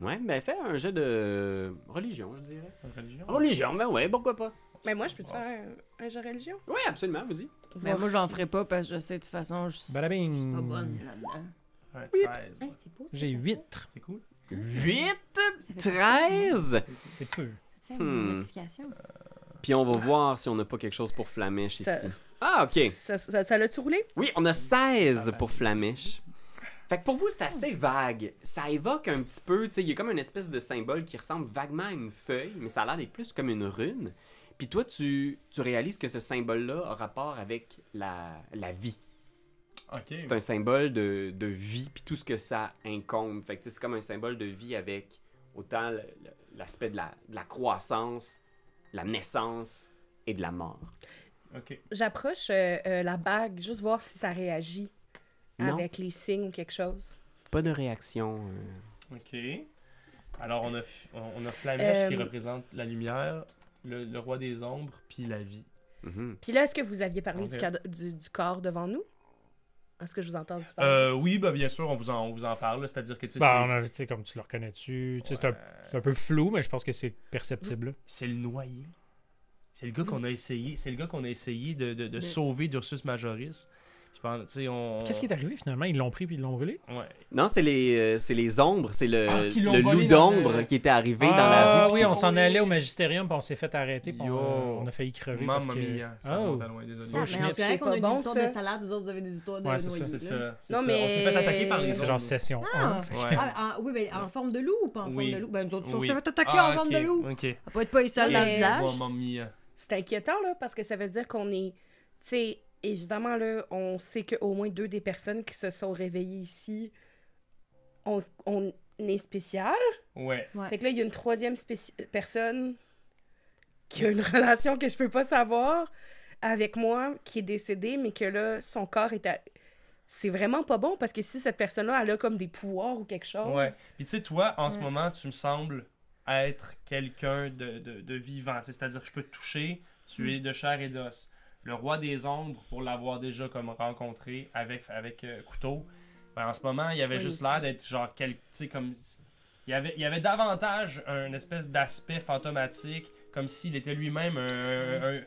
Speaker 1: Ouais, ben fais un jeu de euh, religion, je dirais.
Speaker 2: En religion.
Speaker 1: Religion, ben ouais, pourquoi pas.
Speaker 5: Mais moi, je peux te faire un, un jeu religion?
Speaker 1: Oui, absolument, vas-y.
Speaker 6: Mais moi, j'en ferai pas parce que je sais, de toute façon, je suis pas
Speaker 3: Badabing!
Speaker 6: bonne là-dedans.
Speaker 1: Euh,
Speaker 2: Ouais, treize, ouais.
Speaker 4: c'est beau.
Speaker 3: J'ai 8.
Speaker 2: C'est cool.
Speaker 1: 8, 13.
Speaker 3: C'est peu.
Speaker 1: Hmm. Puis on va voir si on n'a pas quelque chose pour Flamèche
Speaker 5: Ça-
Speaker 1: ici. Ah, ok.
Speaker 5: Ça, ça, ça l'a-tu roulé?
Speaker 1: Oui, on a 16 pour Flamèche. Fait que pour vous, c'est assez vague. Ça évoque un petit peu, tu sais, il y a comme une espèce de symbole qui ressemble vaguement à une feuille, mais ça a l'air d'être plus comme une rune. Puis toi, tu, tu réalises que ce symbole-là a rapport avec la, la vie.
Speaker 2: Ok.
Speaker 1: C'est un symbole de, de vie, puis tout ce que ça incombe. Fait que, tu sais, c'est comme un symbole de vie avec autant le- le- l'aspect de la, de la croissance, de la naissance et de la mort.
Speaker 2: Ok.
Speaker 5: J'approche euh, euh, la bague, juste voir si ça réagit
Speaker 1: Non.
Speaker 5: avec les signes ou quelque chose.
Speaker 1: Pas de réaction. euh.
Speaker 2: Ok. Alors on a, f- on a Flamèche qui
Speaker 5: Euh,
Speaker 2: représente la lumière, le, le roi des ombres, puis la vie.
Speaker 1: Mhm.
Speaker 5: Puis là, est-ce que vous aviez parlé
Speaker 2: On
Speaker 5: du,
Speaker 2: verra.
Speaker 5: cade- du, du corps devant nous? Est-ce que je vous entends
Speaker 4: Ah.
Speaker 5: du parler?
Speaker 2: Euh, oui, bah bien sûr, on vous en, on vous en parle. là. C'est-à-dire que tu sais,
Speaker 3: Ben, on
Speaker 2: c'est-
Speaker 3: a- tu sais, comme tu le reconnais-tu, tu sais, c'est un-
Speaker 2: Ouais.
Speaker 3: c'est un, peu flou, mais je pense que c'est perceptible. là.
Speaker 2: c'est le noyé. C'est le gars qu'on a essayé, c'est le gars qu'on a essayé de, de- de
Speaker 6: Mais-
Speaker 2: sauver d'Ursus Majoris. Je pense, tu sais, on.
Speaker 3: Qu'est-ce qui est arrivé finalement? Ils l'ont pris puis ils l'ont brûlé?
Speaker 2: Ouais.
Speaker 1: Non, c'est les, euh, c'est les ombres, c'est le,
Speaker 2: Ah, qui l'ont
Speaker 1: le
Speaker 2: volé
Speaker 1: loup
Speaker 2: dans
Speaker 1: d'ombre
Speaker 2: le- Ah,
Speaker 1: qui était arrivé dans la rue.
Speaker 3: Ah oui,
Speaker 1: puis
Speaker 3: on
Speaker 1: qui-
Speaker 3: s'en allait au magisterium puis on s'est fait arrêter puis on, euh,
Speaker 2: Yo.
Speaker 3: on a failli crever. parce
Speaker 2: Mamma
Speaker 3: que...
Speaker 2: mia, ça
Speaker 3: Oh.
Speaker 2: remonte à loin, désolé.
Speaker 3: Oh,
Speaker 4: Ah, mais
Speaker 3: schnitz.
Speaker 4: c'est vrai qu'on
Speaker 5: C'est
Speaker 4: a
Speaker 5: pas
Speaker 4: une
Speaker 5: bon,
Speaker 4: histoire
Speaker 5: ça.
Speaker 4: de salade, vous autres, vous avez des histoires de
Speaker 3: Ouais, c'est
Speaker 4: noyer,
Speaker 2: C'est
Speaker 4: là.
Speaker 2: ça. c'est
Speaker 5: Non,
Speaker 2: ça. On
Speaker 5: mais-
Speaker 2: s'est fait attaquer par les
Speaker 3: C'est
Speaker 2: ombres.
Speaker 3: genre session
Speaker 4: Ah.
Speaker 3: 1. fait que-
Speaker 2: Ouais.
Speaker 4: Ah, en- oui, mais en forme de loup ou pas en forme
Speaker 2: Oui.
Speaker 4: de loup? Ben, nous autres,
Speaker 2: Oui.
Speaker 4: on s'est fait attaquer
Speaker 2: Ah,
Speaker 4: en forme
Speaker 2: ok,
Speaker 4: de loup.
Speaker 2: Ok.
Speaker 4: On peut être pas les seuls dans le
Speaker 5: Mais-
Speaker 4: village.
Speaker 2: Mamma mia.
Speaker 5: C'est inquiétant, là, parce que ça veut dire qu'on est. Tu sais, évidemment, là, on sait qu'au moins deux des personnes qui se sont réveillées ici, on, on est spécial.
Speaker 2: Ouais.
Speaker 5: Fait que là, il y a une troisième spéci- personne qui a une [laughs] relation que je peux pas savoir avec moi, qui est décédée, mais que là, son corps est à. C'est vraiment pas bon parce que si cette personne-là, elle a comme des pouvoirs ou quelque chose.
Speaker 2: Ouais. Puis tu sais, toi, en ce moment, tu me sembles être quelqu'un de, de- de vivant. Tu sais, C'est-à-dire que je peux te toucher, tu es de chair et d'os. Le roi des ombres, pour l'avoir déjà comme rencontré avec, avec euh, couteau, ben, en ce moment, il avait
Speaker 4: Oui,
Speaker 2: juste
Speaker 4: aussi.
Speaker 2: l'air d'être genre quel, tu sais, comme il y avait il y avait davantage un espèce d'aspect fantomatique comme s'il était lui-même un- un-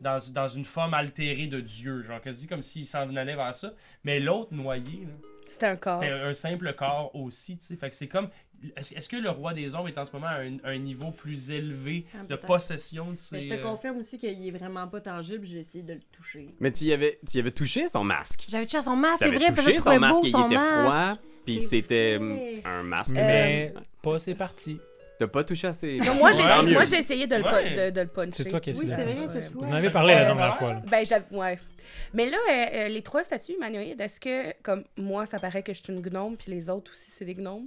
Speaker 2: dans, dans une forme altérée de Dieu, genre quasi comme s'il s'en allait vers ça. Mais l'autre noyé, là,
Speaker 5: C'était un corps.
Speaker 2: c'était un simple corps aussi, tu sais. Fait que c'est comme. Est-ce est-ce que le roi des ombres est en ce moment à un, un niveau plus élevé
Speaker 4: Ah,
Speaker 2: de
Speaker 4: peut-être.
Speaker 2: possession de ses.
Speaker 4: Mais je te
Speaker 2: euh,
Speaker 4: confirme aussi qu'il est vraiment pas tangible, j'ai essayé de le toucher.
Speaker 1: Mais tu y, avais, tu y avais touché son masque.
Speaker 6: J'avais touché à son
Speaker 4: Ah,
Speaker 6: masque, c'est
Speaker 1: T'avais
Speaker 6: vrai, puis je le
Speaker 1: touché son
Speaker 6: trouvais
Speaker 1: masque,
Speaker 6: beau,
Speaker 1: il
Speaker 6: son
Speaker 1: était
Speaker 6: masque.
Speaker 1: froid, puis
Speaker 4: C'est
Speaker 1: c'était
Speaker 4: vrai.
Speaker 1: euh, un masque.
Speaker 3: Mais pas, c'est parti.
Speaker 1: T'as pas touché à ses...
Speaker 5: Non, moi, j'ai
Speaker 2: Ouais.
Speaker 5: essayé,
Speaker 2: Tant mieux.
Speaker 5: moi, j'ai essayé de le, po-
Speaker 2: Ouais.
Speaker 5: de, de le puncher.
Speaker 3: C'est toi qui as
Speaker 4: Oui, c'est
Speaker 3: essayé.
Speaker 4: vrai, c'est
Speaker 3: Vous
Speaker 4: toi.
Speaker 3: en avez parlé la
Speaker 5: Euh,
Speaker 3: dernière
Speaker 2: ouais.
Speaker 3: fois. là.
Speaker 5: Ben, j'av- ouais. Mais là, euh, euh, les trois statues humanoïdes, est-ce que, comme moi, ça paraît que je suis une gnome, puis les autres aussi, c'est des gnomes?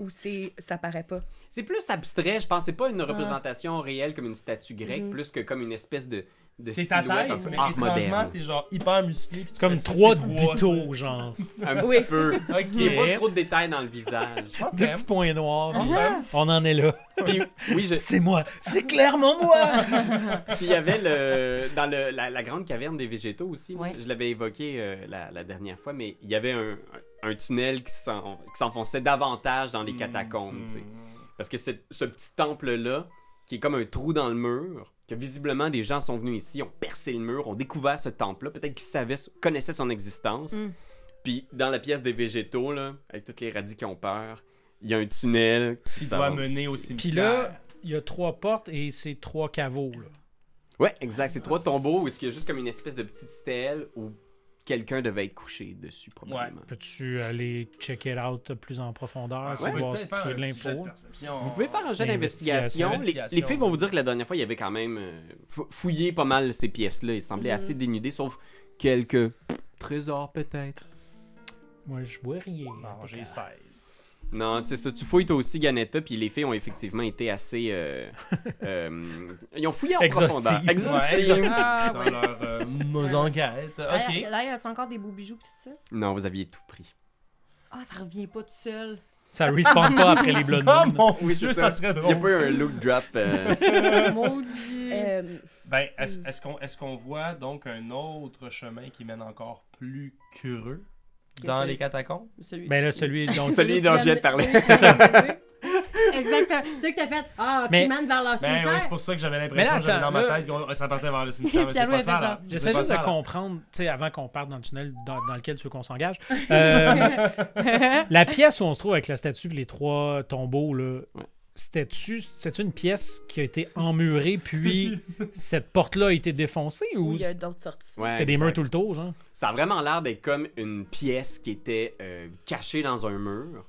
Speaker 5: Ou c'est... ça paraît pas?
Speaker 1: C'est plus abstrait, je pense. C'est pas une représentation réelle comme une statue grecque,
Speaker 5: Mhm.
Speaker 1: plus que comme une espèce de, de
Speaker 2: C'est ta
Speaker 1: silhouette un
Speaker 2: tête,
Speaker 1: peu
Speaker 2: mais
Speaker 1: art
Speaker 2: étrangement,
Speaker 1: moderne.
Speaker 2: t'es genre hyper musclé. puis tu
Speaker 3: C'est comme
Speaker 2: fais ça,
Speaker 3: trois
Speaker 2: c'est
Speaker 3: ditos, genre.
Speaker 1: Un petit
Speaker 5: Oui.
Speaker 1: peu.
Speaker 2: ça. Ok.
Speaker 1: Il y a pas trop de détails dans le
Speaker 2: [laughs]
Speaker 1: visage.
Speaker 2: [laughs]
Speaker 3: Deux
Speaker 2: Pas de problème,
Speaker 3: petits points noirs.
Speaker 2: pas de problème.
Speaker 3: On en est là.
Speaker 1: Puis, oui, je-
Speaker 3: C'est moi. C'est clairement
Speaker 2: [laughs]
Speaker 3: moi.
Speaker 1: Puis il y avait le, dans le- la, la grande caverne des végétaux aussi.
Speaker 6: Ouais.
Speaker 1: Je l'avais évoqué euh, la, la dernière fois, mais il y avait un, un- un tunnel qui s'en- qui s'enfonçait davantage dans les catacombes.
Speaker 2: Mm,
Speaker 1: tu sais.
Speaker 2: mm.
Speaker 1: Parce que c'est- ce petit temple-là, qui est comme un trou dans le mur, que visiblement des gens sont venus ici, ont percé le mur, ont découvert ce temple-là, peut-être qu'ils savaient, connaissaient son existence.
Speaker 6: Mm.
Speaker 1: Puis dans la pièce des végétaux, là, avec toutes les radis qui ont peur, il y a un tunnel qui
Speaker 2: Qui doit
Speaker 1: s'avance.
Speaker 2: mener au
Speaker 3: Puis
Speaker 2: cimetière.
Speaker 3: là, il y a trois portes et c'est trois caveaux. Là.
Speaker 1: Ouais, exact. C'est trois tombeaux où est-ce qu'il y a juste comme une espèce de petite stèle où quelqu'un devait être couché dessus, probablement.
Speaker 3: Peux-tu aller check it out plus en profondeur?
Speaker 2: on
Speaker 3: si tu
Speaker 2: peut
Speaker 3: vois
Speaker 2: peut-être faire
Speaker 3: trouver
Speaker 2: un
Speaker 3: de
Speaker 2: petit jet de
Speaker 3: l'info.
Speaker 2: perception.
Speaker 1: Vous pouvez faire un jeu d'investigation. Les,
Speaker 2: Investigation.
Speaker 1: les filles vont vous dire que la dernière fois, il y avait quand même euh, fou- fouillé pas mal ces pièces-là. Ils semblaient
Speaker 5: Mhm.
Speaker 1: assez dénudés, sauf quelques trésors peut-être.
Speaker 3: Moi, je vois rien.
Speaker 2: Non, j'ai 16.
Speaker 1: Non, tu sais ça, tu fouilles toi aussi, Ganetta, puis les filles ont effectivement été assez... euh, euh, ils ont fouillé en
Speaker 3: Exhaustive.
Speaker 1: profondeur.
Speaker 2: Ouais,
Speaker 1: Exhaustive.
Speaker 2: exhaustive.
Speaker 6: Ah,
Speaker 2: dans
Speaker 6: ouais.
Speaker 2: leur, euh, nos enquêtes.
Speaker 4: Ah,
Speaker 2: Ok.
Speaker 6: D'ailleurs, D'ailleurs, tu encore des beaux bijoux pis tout ça?
Speaker 1: Non, vous aviez tout pris.
Speaker 6: Ah, ça revient pas tout seul.
Speaker 3: Ça respawn pas après les
Speaker 2: [laughs]
Speaker 3: Blood
Speaker 2: Oh
Speaker 3: Moon.
Speaker 2: mon
Speaker 1: Oui,
Speaker 2: dieu,
Speaker 1: c'est
Speaker 2: ça.
Speaker 1: ça.
Speaker 2: serait
Speaker 1: Il y a
Speaker 2: drôle.
Speaker 1: pas eu un look drop. euh,
Speaker 6: Maudit.
Speaker 5: Euh,
Speaker 2: Ben, est-ce est-ce qu'on est qu'on voit donc un autre chemin qui mène encore plus curieux
Speaker 5: Que
Speaker 2: dans
Speaker 5: celui-
Speaker 2: les catacombes?
Speaker 4: Ah,
Speaker 6: Celui.
Speaker 3: Ben là, celui dont
Speaker 2: [laughs]
Speaker 1: Celui dont je viens de parler.
Speaker 4: [laughs]
Speaker 6: C'est ça. Exactement. Celui que t'as fait. Ah,
Speaker 3: Mais-
Speaker 6: qui mène vers leur
Speaker 2: Ben
Speaker 6: cimetière.
Speaker 2: oui, c'est pour ça que j'avais l'impression
Speaker 3: Mais
Speaker 2: que j'avais dans ma
Speaker 3: attends,
Speaker 2: tête que ça partait vers le cimetière, mais c'est
Speaker 6: Pierre-Louis
Speaker 2: pas ça.
Speaker 6: avait
Speaker 2: là.
Speaker 6: genre-
Speaker 3: J'essaie
Speaker 2: C'est pas
Speaker 3: juste
Speaker 2: ça,
Speaker 3: de
Speaker 2: là.
Speaker 3: comprendre, tu sais, avant qu'on parte dans le tunnel dans, dans lequel tu veux qu'on s'engage.
Speaker 5: [laughs]
Speaker 3: Euh, la pièce où on se trouve avec la statue et les trois tombeaux, là,
Speaker 1: Ouais.
Speaker 3: c'était-tu c'était-tu une pièce qui a été emmurée, puis cette porte-là a été défoncée ou
Speaker 5: où il y a
Speaker 3: c'était
Speaker 5: d'autres sorties.
Speaker 1: ouais,
Speaker 3: des
Speaker 1: exact.
Speaker 3: murs tout le tour, genre?
Speaker 1: Ça a vraiment l'air d'être comme une pièce qui était euh, cachée dans un mur.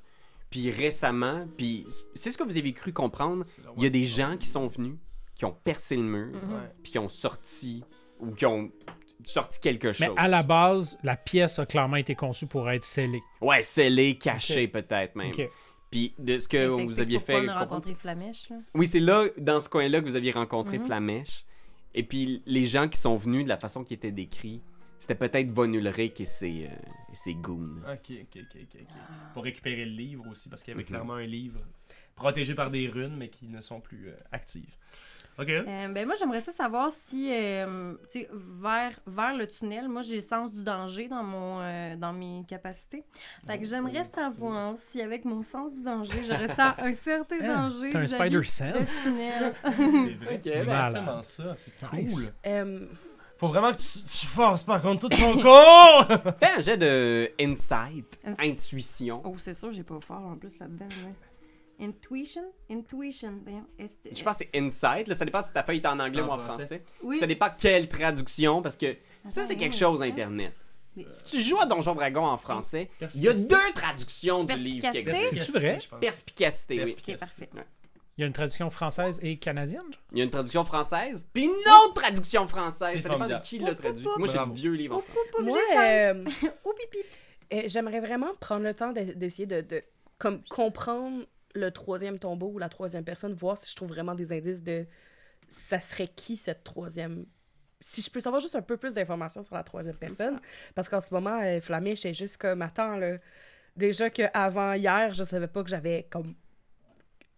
Speaker 1: Puis récemment, puis c'est ce que vous avez cru comprendre, il y a des gens qui sont venus, qui ont percé le mur,
Speaker 3: Mhm.
Speaker 2: Ouais.
Speaker 1: puis qui ont sorti, ou qui ont sorti quelque
Speaker 3: Mais
Speaker 1: chose.
Speaker 3: à la base, la pièce a clairement été conçue pour être scellée.
Speaker 1: Ouais, scellé, caché peut-être même.
Speaker 3: Ok.
Speaker 1: Puis de ce
Speaker 6: Mais
Speaker 1: que
Speaker 6: c'est-
Speaker 1: on vous
Speaker 6: c'est
Speaker 1: aviez
Speaker 6: pourquoi
Speaker 1: fait...
Speaker 6: On a
Speaker 1: comprendre-
Speaker 6: rencontré Flamèche, là.
Speaker 1: Oui, c'est là, dans ce coin-là, que vous aviez rencontré
Speaker 6: Mhm.
Speaker 1: Flamèche. Et puis les gens qui sont venus, de la façon qui était décrit, c'était peut-être Von Ulrich et ses, euh, et ses goons.
Speaker 2: Ok, ok, ok, ok. ok. Pour récupérer le livre aussi, parce qu'il y avait
Speaker 1: Mhm.
Speaker 2: clairement un livre protégé par des runes, mais qui ne sont plus euh, actives. Ok.
Speaker 6: Euh, ben moi, j'aimerais ça savoir si, euh, tu sais, vers, vers le tunnel, moi, j'ai le sens du danger dans, mon, euh, dans mes capacités. Fait que j'aimerais savoir si, avec mon sens du danger, je
Speaker 5: [laughs]
Speaker 6: ressens un certain
Speaker 5: Hein?
Speaker 3: Ah,
Speaker 6: danger
Speaker 3: T'as un
Speaker 6: vis-à-vis
Speaker 3: spider
Speaker 6: le
Speaker 3: sense?
Speaker 6: tunnel.
Speaker 2: C'est vrai.
Speaker 1: Ok,
Speaker 2: c'est
Speaker 3: malade.
Speaker 2: exactement ça. C'est cool.
Speaker 3: Nice.
Speaker 5: Euh,
Speaker 2: Faut vraiment que tu, tu forces par contre tout ton [laughs] corps.
Speaker 1: Fais un jet de insight,
Speaker 6: Inf-
Speaker 1: intuition.
Speaker 6: Oh, c'est sûr, j'ai pas fort en plus là-dedans. ouais. Intuition? Intuition. voyons, est-
Speaker 1: Je pense que c'est insight, là, ça dépend si ta feuille est en anglais
Speaker 2: en
Speaker 1: ou Ah, en
Speaker 2: français.
Speaker 1: français.
Speaker 6: Oui.
Speaker 1: Ça dépend quelle traduction, parce que ça,
Speaker 6: Attends,
Speaker 1: c'est quelque
Speaker 6: voyons,
Speaker 1: chose,
Speaker 6: ça.
Speaker 1: Internet.
Speaker 6: Mais-
Speaker 1: Si tu joues à Donjon Dragon en français, il y a deux traductions du livre qui
Speaker 6: Perspicacité.
Speaker 1: existent.
Speaker 3: C'est-tu vrai?
Speaker 2: Je pense.
Speaker 1: Perspicacité, oui.
Speaker 6: Ok, parfait.
Speaker 3: Il y a une traduction française et canadienne, genre?
Speaker 1: Il y a une traduction française, puis une autre traduction française.
Speaker 2: C'est
Speaker 1: Ça dépend de
Speaker 2: formidable.
Speaker 1: qui l'a
Speaker 6: Pou, pou,
Speaker 1: traduit.
Speaker 6: pou.
Speaker 1: Moi, j'ai
Speaker 2: Bravo.
Speaker 1: le vieux livre en
Speaker 6: Oup,
Speaker 1: français.
Speaker 6: oup, oup,
Speaker 5: moi,
Speaker 6: j'ai cinq.
Speaker 5: euh,
Speaker 6: Oup, pip, pip.
Speaker 5: euh, j'aimerais vraiment prendre le temps de- d'essayer de, de comme, comprendre le troisième tombeau ou la troisième personne, voir si je trouve vraiment des indices de ça serait qui cette troisième. Si je peux savoir juste un peu plus d'informations sur la troisième personne, parce qu'en ce moment, euh, Flamiche est juste comme attends là. Déjà que avant hier, je savais pas que j'avais comme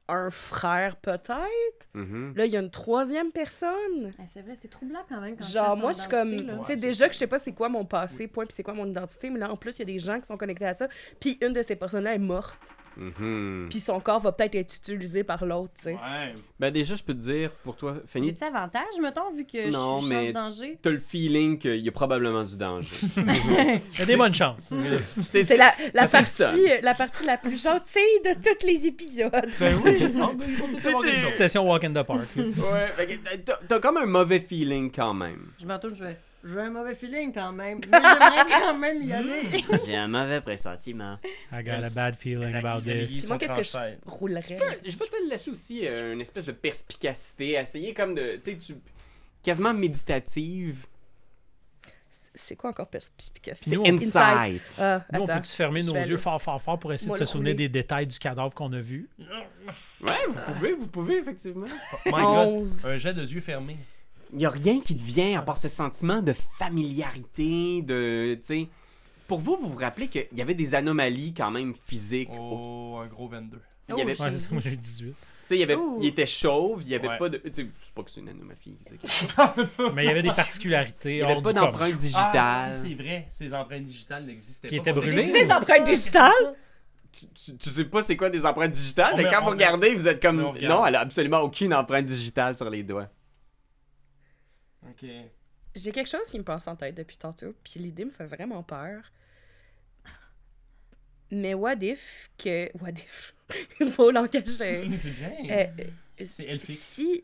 Speaker 5: un frère peut-être.
Speaker 1: Mhm.
Speaker 5: Là, il y a une troisième personne.
Speaker 6: Ah, c'est vrai, c'est troublant quand même. Quand tu
Speaker 5: Genre,
Speaker 6: cherches
Speaker 5: moi,
Speaker 6: ton
Speaker 5: je suis comme.
Speaker 6: identité,
Speaker 5: Tu
Speaker 6: là.
Speaker 5: sais,
Speaker 2: Ouais, c'est
Speaker 5: déjà
Speaker 2: ça.
Speaker 5: que je sais pas c'est quoi mon passé, point, puis c'est quoi mon identité, mais là, en plus, il y a des gens qui sont connectés à ça, puis une de ces personnes-là est morte,
Speaker 1: Mhm.
Speaker 5: puis son corps va peut-être être utilisé par l'autre, tu sais.
Speaker 2: Ouais.
Speaker 1: Ben, déjà, je peux te dire, pour toi, Fanny,
Speaker 6: J'ai-tu avantage, mettons, vu que
Speaker 1: Hmm? Non,
Speaker 6: je suis
Speaker 1: mais-
Speaker 6: en danger?
Speaker 1: t'as le feeling qu'il y a probablement du [laughs] danger.
Speaker 3: Il y a des bonnes chances.
Speaker 5: C'est la, la,
Speaker 1: ça,
Speaker 5: partie,
Speaker 1: c'est
Speaker 5: euh, la partie la plus gentille de tous les épisodes.
Speaker 2: [laughs] Ben oui. on peut- on peut
Speaker 1: Tu-
Speaker 2: avoir
Speaker 1: tu-
Speaker 2: quelque chose.
Speaker 3: Station Walk in the
Speaker 1: [laughs]
Speaker 3: Park. là.
Speaker 1: Ouais, fait que ben, t'as- t'as comme un mauvais feeling quand même.
Speaker 6: Je me retourne, je vais. J'ai un mauvais feeling quand même. [laughs] Mais j'aimerais quand même
Speaker 1: Hmm?
Speaker 6: y aller.
Speaker 1: [laughs] J'ai un mauvais pressentiment.
Speaker 3: I got a bad feeling about this.
Speaker 5: Puis moi, qu'est-ce que je roulerais?
Speaker 1: Je vais te laisser aussi euh, une espèce de perspicacité, essayer comme de, tu sais, tu quasiment méditative.
Speaker 5: C'est quoi encore perspicace?
Speaker 3: Puis nous, on-
Speaker 1: Insight.
Speaker 5: Ah,
Speaker 3: Nous, on
Speaker 5: attends.
Speaker 3: peut-tu fermer
Speaker 5: je
Speaker 3: nos
Speaker 5: vais
Speaker 3: yeux
Speaker 5: aller-
Speaker 3: fort, fort, fort pour essayer
Speaker 5: Moi,
Speaker 3: de
Speaker 5: le
Speaker 3: se souvenir
Speaker 5: rouler.
Speaker 3: des détails du cadavre qu'on a vu?
Speaker 1: Ouais, vous pouvez, vous pouvez effectivement.
Speaker 2: Oh My God,
Speaker 5: Onze.
Speaker 2: un jet de yeux fermés.
Speaker 1: Il y a rien qui te vient à part ce sentiment de familiarité, de, tu sais. Pour vous, vous vous rappelez qu'il y avait des anomalies quand même physiques. au-
Speaker 2: Oh, un gros 22.
Speaker 1: Il y
Speaker 5: Oh,
Speaker 1: avait,
Speaker 3: Ouais, c'est
Speaker 1: [laughs]
Speaker 3: ça, moi j'ai 18.
Speaker 1: tu sais, il y avait,
Speaker 6: Ouh.
Speaker 1: il était chauve, il y avait
Speaker 2: Ouais.
Speaker 1: pas de, tu sais, c'est pas que c'est une anomalie physique.
Speaker 3: Mais il y avait des particularités.
Speaker 1: Il y avait
Speaker 3: hors
Speaker 1: pas
Speaker 3: du commun.
Speaker 1: d'empreinte digitale.
Speaker 2: Ah, si, si, c'est vrai. Ces empreintes digitales n'existaient
Speaker 3: Qui
Speaker 2: pas.
Speaker 3: étaient
Speaker 2: Moi,
Speaker 3: brûlées.
Speaker 5: J'ai-tu
Speaker 2: j'ai-
Speaker 5: des empreintes digitales?
Speaker 1: tu, tu- tu sais pas c'est quoi des empreintes digitales,
Speaker 2: On
Speaker 1: mais
Speaker 2: met-
Speaker 1: quand
Speaker 2: on
Speaker 1: vous
Speaker 2: met-
Speaker 1: regardez, vous êtes comme
Speaker 2: on regarde.
Speaker 1: non, elle a absolument aucune empreinte digitale sur les doigts.
Speaker 2: Ok.
Speaker 5: J'ai quelque chose qui me passe en tête depuis tantôt, puis l'idée me fait vraiment peur. Mais what if que. What if? Beau langage. euh,
Speaker 2: C'est bien.
Speaker 5: euh, euh,
Speaker 2: C'est elfique.
Speaker 5: si.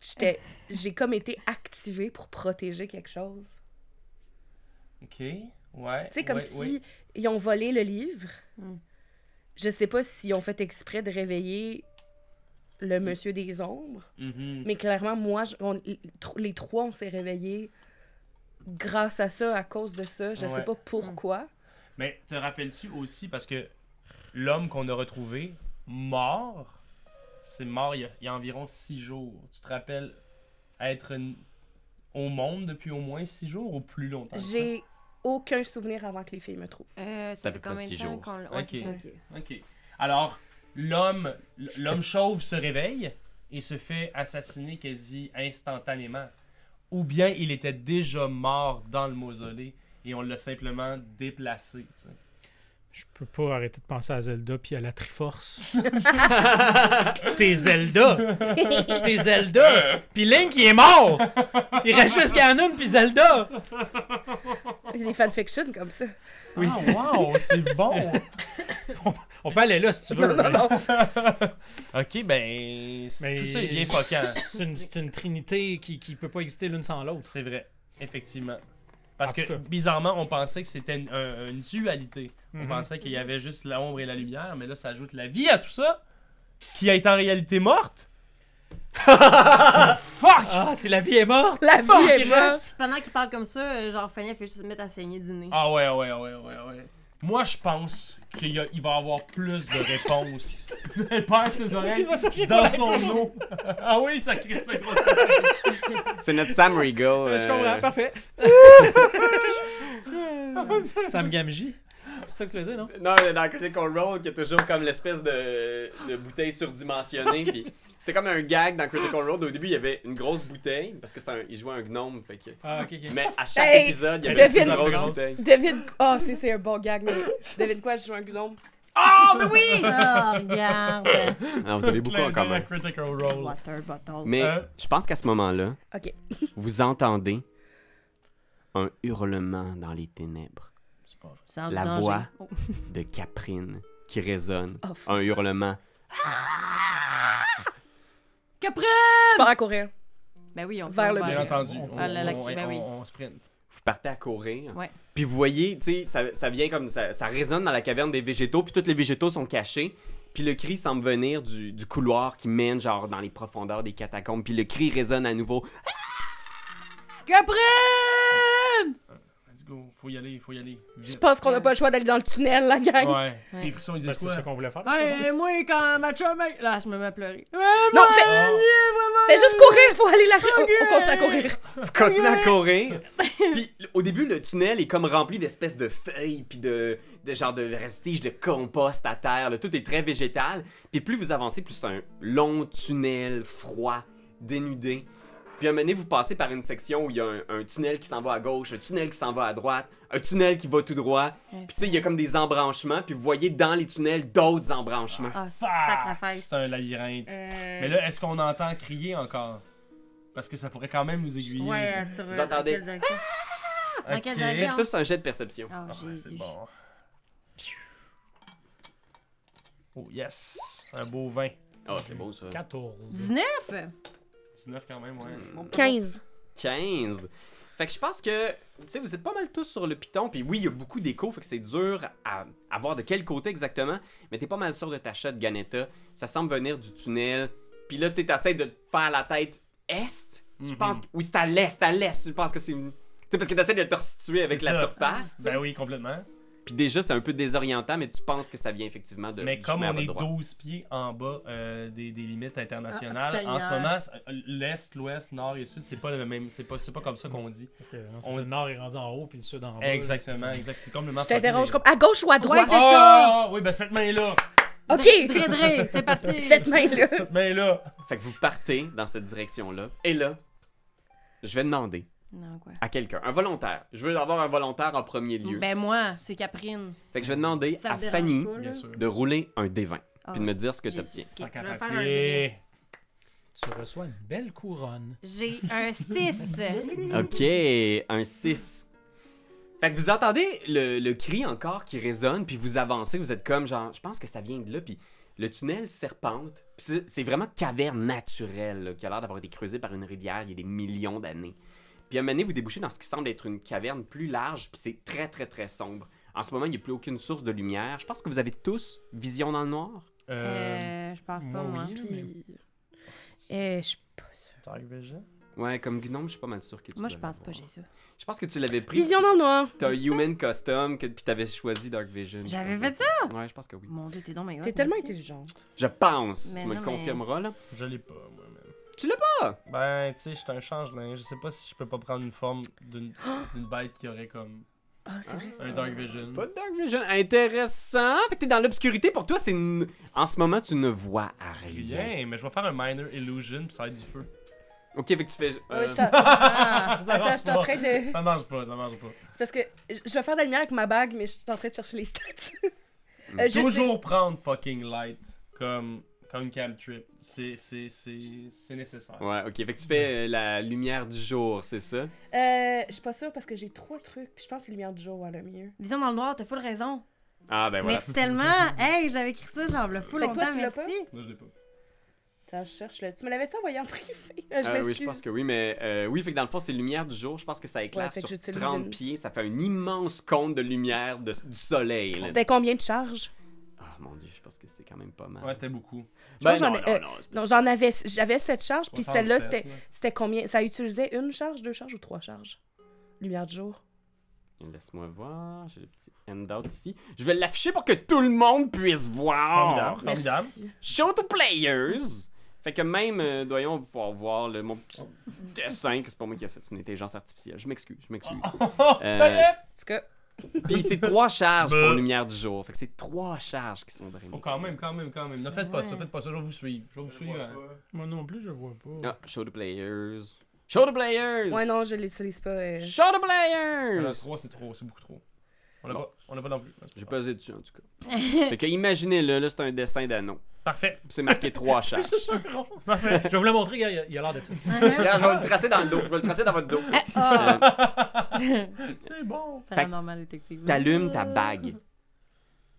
Speaker 5: J'étais. J'ai comme été activée pour protéger quelque chose.
Speaker 2: Ok. Ouais.
Speaker 5: Tu sais, comme
Speaker 2: ouais,
Speaker 5: si
Speaker 2: ouais.
Speaker 5: ils ont volé le livre.
Speaker 6: Mm.
Speaker 5: Je sais pas s'ils ont fait exprès de réveiller
Speaker 2: Hmm.
Speaker 5: le Monsieur des Ombres,
Speaker 2: Mhm.
Speaker 5: mais clairement, moi, je- on- tr- les trois, on s'est réveillés grâce à ça, à cause de ça. Je
Speaker 2: Ouais.
Speaker 5: sais pas pourquoi.
Speaker 2: Mais te rappelles-tu aussi, parce que l'homme qu'on a retrouvé, mort, c'est mort il y, a, il y a environ six jours. Tu te rappelles être n- au monde depuis au moins six jours ou plus longtemps que ça?
Speaker 5: J'ai aucun souvenir avant que les filles me trouvent.
Speaker 6: Euh,
Speaker 1: Ça
Speaker 6: ça
Speaker 1: fait
Speaker 6: fait
Speaker 1: pas
Speaker 6: combien
Speaker 1: six
Speaker 6: de temps
Speaker 1: jours.
Speaker 6: qu'on... Ouais,
Speaker 2: Ok.
Speaker 6: c'est ça, ok.
Speaker 2: Ok. Alors, l'homme l'homme chauve se réveille et se fait assassiner quasi instantanément. Ou bien il était déjà mort dans le mausolée et on l'a simplement déplacé. tu sais.
Speaker 3: Je peux pas arrêter de penser à Zelda puis à la Triforce. T'es Zelda! T'es Zelda! Puis Link, il est mort! Il reste juste Ganon puis Zelda!
Speaker 5: C'est des fanfictions comme ça.
Speaker 3: Oui.
Speaker 2: Ah, wow, c'est bon!
Speaker 3: On peut aller là si tu veux. mais
Speaker 2: Ok, ben. c'est-
Speaker 3: Mais-
Speaker 2: Tout ça est bien foquant.
Speaker 3: C'est une, c'est une trinité qui, qui peut pas exister l'une sans l'autre.
Speaker 2: C'est vrai, effectivement. Parce
Speaker 3: En tout
Speaker 2: que
Speaker 3: cas.
Speaker 2: bizarrement, on pensait que c'était une, un- une dualité. On
Speaker 3: Mhm.
Speaker 2: pensait qu'il y avait juste l'ombre et la lumière, mais là, ça ajoute la vie à tout ça, qui est en réalité [laughs] morte. Fuck!
Speaker 3: Ah, si la vie est morte!
Speaker 5: La vie
Speaker 3: Fuck,
Speaker 5: est
Speaker 3: il
Speaker 5: morte.
Speaker 3: reste!
Speaker 6: Pendant qu'il parle comme ça, euh, genre, Fanny, elle fait juste se mettre à saigner du nez.
Speaker 2: Ah ouais, ouais, ouais, ouais, ouais. Moi, je pense qu'il y a- il va y avoir plus de [laughs] réponses. Elle perd ses oreilles
Speaker 3: Excuse-moi, j'ai
Speaker 2: dans
Speaker 3: pas
Speaker 2: son eau. [laughs] ah oui, ça crispe la grosse oreille.
Speaker 1: C'est notre Sam Regal.
Speaker 3: Je
Speaker 2: [laughs]
Speaker 1: euh,
Speaker 3: comprends, parfait. [laughs] Sam Gamji. C'est ça que tu veux dire, non?
Speaker 1: Non, dans Critical Role, qui est toujours comme l'espèce de, de bouteille surdimensionnée. puis c'était comme un gag dans Critical Role. Au début, il y avait une grosse bouteille, parce que c'était un- il jouait un gnome. Fait que...
Speaker 3: Ah, ok, ok.
Speaker 1: Mais à chaque
Speaker 5: Hey,
Speaker 1: épisode, il y avait une
Speaker 5: devine-
Speaker 1: grosse
Speaker 2: [laughs]
Speaker 1: bouteille.
Speaker 5: Devine. Oh, c'est- c'est un bon gag, mais devine quoi, je joue un gnome. ben
Speaker 6: Oh, mais oui! Ah, regarde.
Speaker 5: [laughs]
Speaker 1: Non, vous avez beaucoup en
Speaker 2: Clin d'œil
Speaker 1: commun.
Speaker 2: à Critical Role.
Speaker 6: Water bottle.
Speaker 1: Mais
Speaker 2: Euh.
Speaker 1: je pense qu'à ce moment-là,
Speaker 5: Ok.
Speaker 1: vous entendez un hurlement dans les ténèbres
Speaker 2: C'est pas vrai.
Speaker 6: Sens du
Speaker 1: la
Speaker 6: danger.
Speaker 1: voix.
Speaker 6: Oh.
Speaker 1: de Caprine qui résonne.
Speaker 5: Oh, fuck.
Speaker 1: Un hurlement.
Speaker 6: Capri!
Speaker 5: Je pars à courir.
Speaker 6: Ben oui, on
Speaker 5: Vers
Speaker 6: fait
Speaker 5: le
Speaker 2: Bien
Speaker 6: ouvert.
Speaker 2: entendu.
Speaker 3: on-
Speaker 2: On,
Speaker 6: Ah, la- la-
Speaker 2: on-
Speaker 6: ben oui.
Speaker 2: on- on sprint.
Speaker 1: Vous partez à courir.
Speaker 6: Ouais.
Speaker 1: Puis vous voyez, tu sais, ça, ça vient comme ça, ça résonne dans la caverne des végétaux, puis tous les végétaux sont cachés. Puis le cri semble venir du, du couloir qui mène genre dans les profondeurs des catacombes. Puis le cri résonne à nouveau.
Speaker 6: Capri!
Speaker 2: Let's go, faut y aller, faut y aller.
Speaker 5: Je
Speaker 2: Vite.
Speaker 5: pense qu'on a pas le choix d'aller dans le tunnel, la gang.
Speaker 2: Ouais. Tes frissons, ils
Speaker 3: Ben,
Speaker 2: disent
Speaker 3: c'est ça
Speaker 2: quoi?
Speaker 3: qu'on voulait faire.
Speaker 6: Hey, moi, quand ma chum... elle- Là, je me mets à pleurer.
Speaker 5: Non, fais,
Speaker 2: Ah,
Speaker 5: fais juste courir, faut aller la on, on continue à courir.
Speaker 1: Vous continuez à courir. puis au début, le tunnel est comme rempli d'espèces de feuilles, puis de, de genre de vestiges de compost à terre. là. Tout est très végétal. Puis plus vous avancez, plus c'est un long tunnel froid, dénudé. Puis à un moment donné, vous passez par une section où il y a un, un tunnel qui s'en va à gauche, un tunnel qui s'en va à droite, un tunnel qui va tout droit. Puis tu sais, il y a comme des embranchements, puis vous voyez dans les tunnels d'autres embranchements.
Speaker 6: Ah,
Speaker 2: fuck!
Speaker 6: sacrifice. Euh.
Speaker 2: C'est un labyrinthe. Mais
Speaker 6: Mais
Speaker 2: là, est-ce qu'on entend crier encore? Parce que ça pourrait quand même nous aiguiller.
Speaker 6: Ouais, sur... euh,
Speaker 1: Vous entendez?
Speaker 6: dans quelle direction?
Speaker 2: Ok.
Speaker 6: dans quelle direction?
Speaker 1: Tous un jet de perception.
Speaker 6: Oh,
Speaker 2: Ah ouais, c'est
Speaker 6: Jésus.
Speaker 2: bon. Oh yes! Un beau 20.
Speaker 1: Ah, c'est beau ça.
Speaker 3: 14.
Speaker 6: 19?
Speaker 2: 19 quand même, ouais.
Speaker 5: 15.
Speaker 1: 15. Fait que je pense que, tu sais, vous êtes pas mal tous sur le piton, puis oui, il y a beaucoup d'écho, fait que c'est dur à, à voir de quel côté exactement, mais t'es pas mal sûr de ta shot, Ganetta. Ça semble venir du tunnel, puis là, tu sais, t'essaies de te faire la tête est. Tu
Speaker 2: Mhm.
Speaker 1: penses, oui, c'est à l'est, à l'est, tu penses que c'est une. Tu sais, parce que t'essaies de te resituer avec
Speaker 2: C'est
Speaker 1: la
Speaker 2: ça.
Speaker 1: surface, tu sais.
Speaker 2: Ben oui, complètement.
Speaker 1: Puis déjà, c'est un peu désorientant, mais tu penses que ça vient effectivement de.
Speaker 2: Mais
Speaker 1: du
Speaker 2: comme
Speaker 1: chemin à
Speaker 2: on
Speaker 1: votre
Speaker 2: est
Speaker 1: droite.
Speaker 2: 12 pieds en bas euh, des, des limites internationales,
Speaker 6: Ah,
Speaker 2: en ce
Speaker 6: Seigneur.
Speaker 2: moment, c'est- euh, l'Est, l'Ouest, Nord et Sud, c'est pas le même, c'est pas, c'est pas comme ça qu'on dit.
Speaker 3: Parce que non, c'est
Speaker 2: On-
Speaker 3: ça, le nord est rendu en haut, puis le sud en bas.
Speaker 2: Exactement, exact. C'est complètement
Speaker 5: Je t'interroge
Speaker 2: fucké,
Speaker 5: comme à gauche ou à droite.
Speaker 6: Ouais, c'est-
Speaker 2: Ah,
Speaker 6: ça.
Speaker 2: ah, oui, ben cette main-là!
Speaker 5: Ok.
Speaker 6: Dre- Dre, Dre, [laughs] c'est parti!
Speaker 5: Cette main-là.
Speaker 2: Cette main-là!
Speaker 1: Fait que vous partez dans cette direction-là, et là, je vais demander
Speaker 6: Non, quoi.
Speaker 1: à quelqu'un, un volontaire. Je veux avoir un volontaire en premier lieu.
Speaker 6: Ben moi, c'est Caprine.
Speaker 1: Fait que je vais demander
Speaker 6: Ça
Speaker 1: à
Speaker 6: me dérange
Speaker 1: Fanny
Speaker 6: pas, là.
Speaker 2: Bien sûr.
Speaker 1: de rouler un D20
Speaker 6: Ah,
Speaker 1: puis de me dire ce que
Speaker 6: j'ai
Speaker 1: tu obtiens.
Speaker 6: su-
Speaker 2: Sans
Speaker 6: ok, je vais faire un vrai.
Speaker 2: capater.
Speaker 3: Tu reçois une belle couronne.
Speaker 6: J'ai un 6.
Speaker 1: OK, un 6. Fait Fait que vous entendez le, le cri encore qui résonne, puis vous avancez, vous êtes comme genre, je pense que ça vient de là, puis le tunnel serpente. Puis c'est- c'est vraiment caverne naturelle, là, qui a l'air d'avoir été creusée par une rivière il y a des millions d'années. Puis à un moment donné, vous débouchez dans ce qui semble être une caverne plus large, puis c'est très, très, très sombre. En ce moment, il n'y a plus aucune source de lumière. Je pense que vous avez tous vision dans le noir.
Speaker 2: Euh,
Speaker 6: Euh, je pense
Speaker 3: Ah, moi,
Speaker 6: pas, moi.
Speaker 3: oui, là, mais-
Speaker 5: Puis. Eh, je suis pas sûre.
Speaker 2: Dark Vision?
Speaker 1: Ouais, comme gnome, je suis pas mal sûr que tu
Speaker 6: Moi, je
Speaker 1: dois
Speaker 6: pense pas,
Speaker 1: l'avoir.
Speaker 6: j'ai ça.
Speaker 1: Je pense que tu l'avais pris.
Speaker 5: Vision dans le noir.
Speaker 1: T'as Human Custom, que, puis t'avais choisi Dark Vision. je
Speaker 6: J'avais
Speaker 1: pense.
Speaker 6: fait
Speaker 1: Ouais, je pense que oui.
Speaker 6: Mon Dieu, t'es donc bien
Speaker 5: T'es
Speaker 6: hot,
Speaker 5: tellement
Speaker 6: merci.
Speaker 5: intelligente.
Speaker 1: Je pense.
Speaker 6: Mais
Speaker 1: tu me
Speaker 6: non,
Speaker 1: le
Speaker 6: mais-
Speaker 1: confirmeras, là.
Speaker 2: Je l'ai pas, moi-même.
Speaker 1: Tu l'as pas?
Speaker 2: Ben, tu sais, je suis un changelin. Je sais pas si je peux pas prendre une forme
Speaker 1: [gasps]
Speaker 2: d'une d'une bête qui aurait comme
Speaker 5: Ah, c'est vrai.
Speaker 2: un Dark Vision.
Speaker 5: Mm.
Speaker 1: Pas de Dark Vision. Intéressant. Fait que t'es dans l'obscurité. Pour toi, c'est. n- En ce moment, tu ne vois à rien.
Speaker 2: Rien, mais je vais faire un Minor Illusion pis ça va être du feu.
Speaker 1: Ok, fait que tu fais. euh,
Speaker 5: Ouais, je t'en- Ah,
Speaker 2: [laughs] Ça
Speaker 5: Attends, je
Speaker 2: marche
Speaker 5: suis en
Speaker 2: pas.
Speaker 5: train de.
Speaker 2: Ça marche pas, ça marche pas.
Speaker 5: C'est parce que je je vais faire de la lumière avec ma bague, mais je suis en train de chercher les stats.
Speaker 1: Mm.
Speaker 5: Euh, je
Speaker 2: Toujours prendre fucking light comme, comme une cam trip. C'est c'est- c'est- c'est nécessaire.
Speaker 1: Ouais, ok. Fait que tu fais euh, la lumière du jour, c'est ça?
Speaker 5: sais- Euh, je suis pas sûre parce que j'ai trois trucs. Puis je pense que c'est lumière du jour, hein, le mieux.
Speaker 6: Vision dans le noir, t'as full raison.
Speaker 1: Ah, ben voilà.
Speaker 6: Merci tellement. Hey, j'avais écrit ça, genre, le full
Speaker 5: Fait que toi,
Speaker 6: longtemps,
Speaker 5: tu l'as pas?
Speaker 6: [laughs] merci.
Speaker 2: Moi, je l'ai pas.
Speaker 5: Attends, je cherche le. Tu me l'avais-tu envoyé en [laughs] privé? Euh, je
Speaker 1: Ah oui,
Speaker 5: m'excuse.
Speaker 1: je pense que oui, mais euh, oui, fait que dans le fond, c'est lumière du jour. Je pense que ça éclaire
Speaker 5: Ouais, fait que
Speaker 1: sur
Speaker 5: j'utilise
Speaker 1: 30
Speaker 5: une-
Speaker 1: pieds. Ça fait un immense cône de lumière de- du soleil. là.
Speaker 5: C'était combien de charges?
Speaker 1: Ah, mon dieu, je pense que c'était quand même pas mal.
Speaker 2: Ouais, c'était beaucoup.
Speaker 1: ben
Speaker 5: pense que
Speaker 1: non, non,
Speaker 5: j'en ai- euh,
Speaker 1: non, c'est pas
Speaker 5: Non,
Speaker 1: ça.
Speaker 5: j'en avais. J'avais sept charges, puis celle-là,
Speaker 2: 67,
Speaker 5: c'était.
Speaker 2: là.
Speaker 5: C'était combien? Ça utilisait une charge, deux charges ou trois charges? Lumière du jour.
Speaker 1: Laisse-moi voir. J'ai le petit handout ici. Je vais l'afficher pour que tout le monde puisse voir.
Speaker 2: Formidable, formidable.
Speaker 5: Merci.
Speaker 1: Show to players. Fait que même, euh, doyons pouvoir voir le, mon petit dessin, que c'est pas moi qui a fait, c'est une intelligence artificielle. Je m'excuse, je m'excuse.
Speaker 2: Ah.
Speaker 3: [laughs]
Speaker 2: ça y est!
Speaker 5: En tout cas,
Speaker 1: Puis c'est trois charges pour
Speaker 2: Bah.
Speaker 1: Lumière du jour. Fait que c'est trois charges qui sont drainées.
Speaker 2: Oh, quand même, quand même, quand même. Ne faites pas ça, faites pas ça, je vais vous suivre. Je vais vous suivre. hein.
Speaker 3: Moi non plus, je vois pas.
Speaker 1: Ah, show the players. Show the players.
Speaker 5: ouais, non, je l'utilise pas. euh.
Speaker 1: Show the
Speaker 2: On
Speaker 1: players.
Speaker 2: a trois, c'est trop, c'est beaucoup trop. On l'a
Speaker 1: Bon.
Speaker 2: pas, on l'a pas non plus. Ouais, c'est
Speaker 1: J'ai
Speaker 2: pas
Speaker 1: pesé dessus en tout cas.
Speaker 5: [laughs]
Speaker 1: fait que imaginez-le, là c'est un dessin d'anneau.
Speaker 2: grave. Parfait.
Speaker 1: Puis c'est marqué
Speaker 2: [laughs]
Speaker 1: trois charges.
Speaker 3: [laughs]
Speaker 2: Parfait.
Speaker 3: Je vais vous le montrer, gars, il a- il a l'air d'être ça.
Speaker 6: Ah,
Speaker 1: Regarde, je vais le tracer dans le dos. Je vais le tracer dans votre dos.
Speaker 2: c'est bon.
Speaker 6: Paranormal, détective.
Speaker 1: T'allumes ta bague.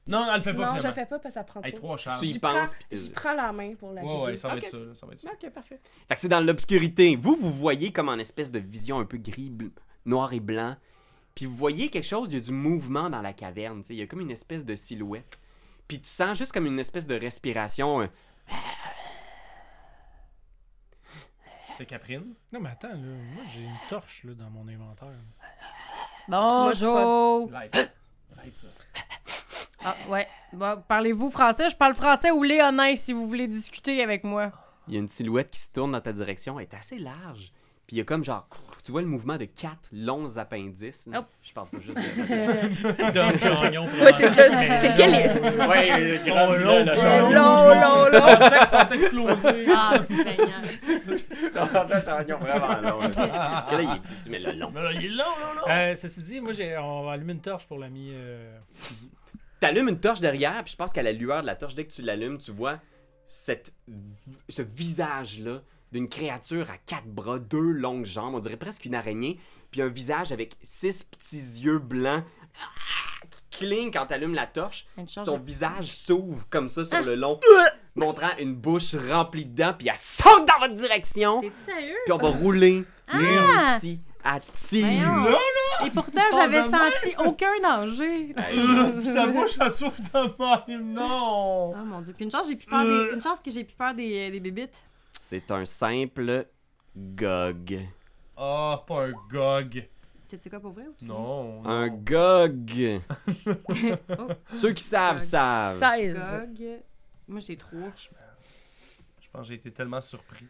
Speaker 2: Non, elle le fait pas
Speaker 5: Non, je le
Speaker 2: finalement.
Speaker 5: fais pas parce que ça prend
Speaker 2: Hey,
Speaker 5: trop.
Speaker 2: trois charges.
Speaker 1: Tu y
Speaker 5: J'y
Speaker 1: penses,
Speaker 5: prends,
Speaker 1: puis t'es-
Speaker 5: j'y prends la main pour la
Speaker 2: Ouais, ouais,
Speaker 5: guider.
Speaker 2: ça va
Speaker 1: Ok.
Speaker 2: être ça, là, ça va être ça.
Speaker 1: Ok, parfait. Fait que c'est dans l'obscurité. Vous, vous voyez comme en espèce de vision un peu gris, bl- noir et blanc. Puis vous voyez quelque chose, il y a du mouvement dans la caverne. tu sais. Il y a comme une espèce de silhouette. Puis tu sens juste comme une espèce de respiration. hein.
Speaker 2: C'est Caprine.
Speaker 3: Non, mais attends, là, moi j'ai une torche là, dans mon inventaire.
Speaker 6: Bonjour.
Speaker 2: Light. Light, ça.
Speaker 6: Ah, ouais. Bon, Parlez-vous français? Je parle français ou léonin si vous voulez discuter avec moi.
Speaker 1: Il y a une silhouette qui se tourne dans ta direction. Elle est assez large. Puis il y a comme genre, tu vois le mouvement de quatre longs appendices. là.
Speaker 6: Oh.
Speaker 1: Je parle pas juste [laughs] de...
Speaker 3: [laughs] Dom Chagnon.
Speaker 5: Ouais, c'est ça. C'est lequel est.
Speaker 2: Ouais,
Speaker 3: grand vilain, la
Speaker 5: Euh,
Speaker 3: Long,
Speaker 5: long, long, long.
Speaker 2: Les sacs sont explosés.
Speaker 6: [laughs] Ah, Seigneur.
Speaker 1: vraiment [laughs] long. là. Parce que là, il est petit, mais le long.
Speaker 2: Mais là, il est long, long, long.
Speaker 3: Euh, ceci dit, moi j'ai, on va allumer une torche pour l'ami. euh,
Speaker 1: T'allumes une torche derrière, puis je pense qu'à la lueur de la torche, dès que tu l'allumes, tu vois cette, ce visage-là d'une créature à quatre bras, deux longues jambes, on dirait presque une araignée, puis un visage avec six petits yeux blancs ah, qui clignent quand t'allumes la torche.
Speaker 6: [laughs] Une
Speaker 1: Puis
Speaker 6: chance,
Speaker 1: Son
Speaker 6: j'ai-
Speaker 1: visage s'ouvre comme ça sur le long, montrant une bouche remplie de dents, puis elle saute dans votre direction,
Speaker 6: T'es-tu sérieux?
Speaker 1: puis on va rouler
Speaker 6: Ah!
Speaker 1: réussi à
Speaker 6: Voyons.
Speaker 1: tir.
Speaker 6: Et pourtant, j'avais senti aucun danger.
Speaker 2: Sa bouche, elle s'ouvre de même. Non.
Speaker 6: Oh mon dieu. Puis une chance, j'ai plus peur des... une chance que j'ai plus peur des, des bébites.
Speaker 1: C'est un simple gog.
Speaker 2: Ah, pas un gog.
Speaker 6: T'as-tu quoi pour vrai? ou tu-
Speaker 2: Non.
Speaker 1: Un
Speaker 2: non.
Speaker 6: [laughs]
Speaker 1: gog.
Speaker 6: Oh,
Speaker 1: Ceux qui savent,
Speaker 6: Un
Speaker 1: savent.
Speaker 5: 16.
Speaker 6: gog. Moi, j'ai trois.
Speaker 2: Je pense que j'ai été tellement surpris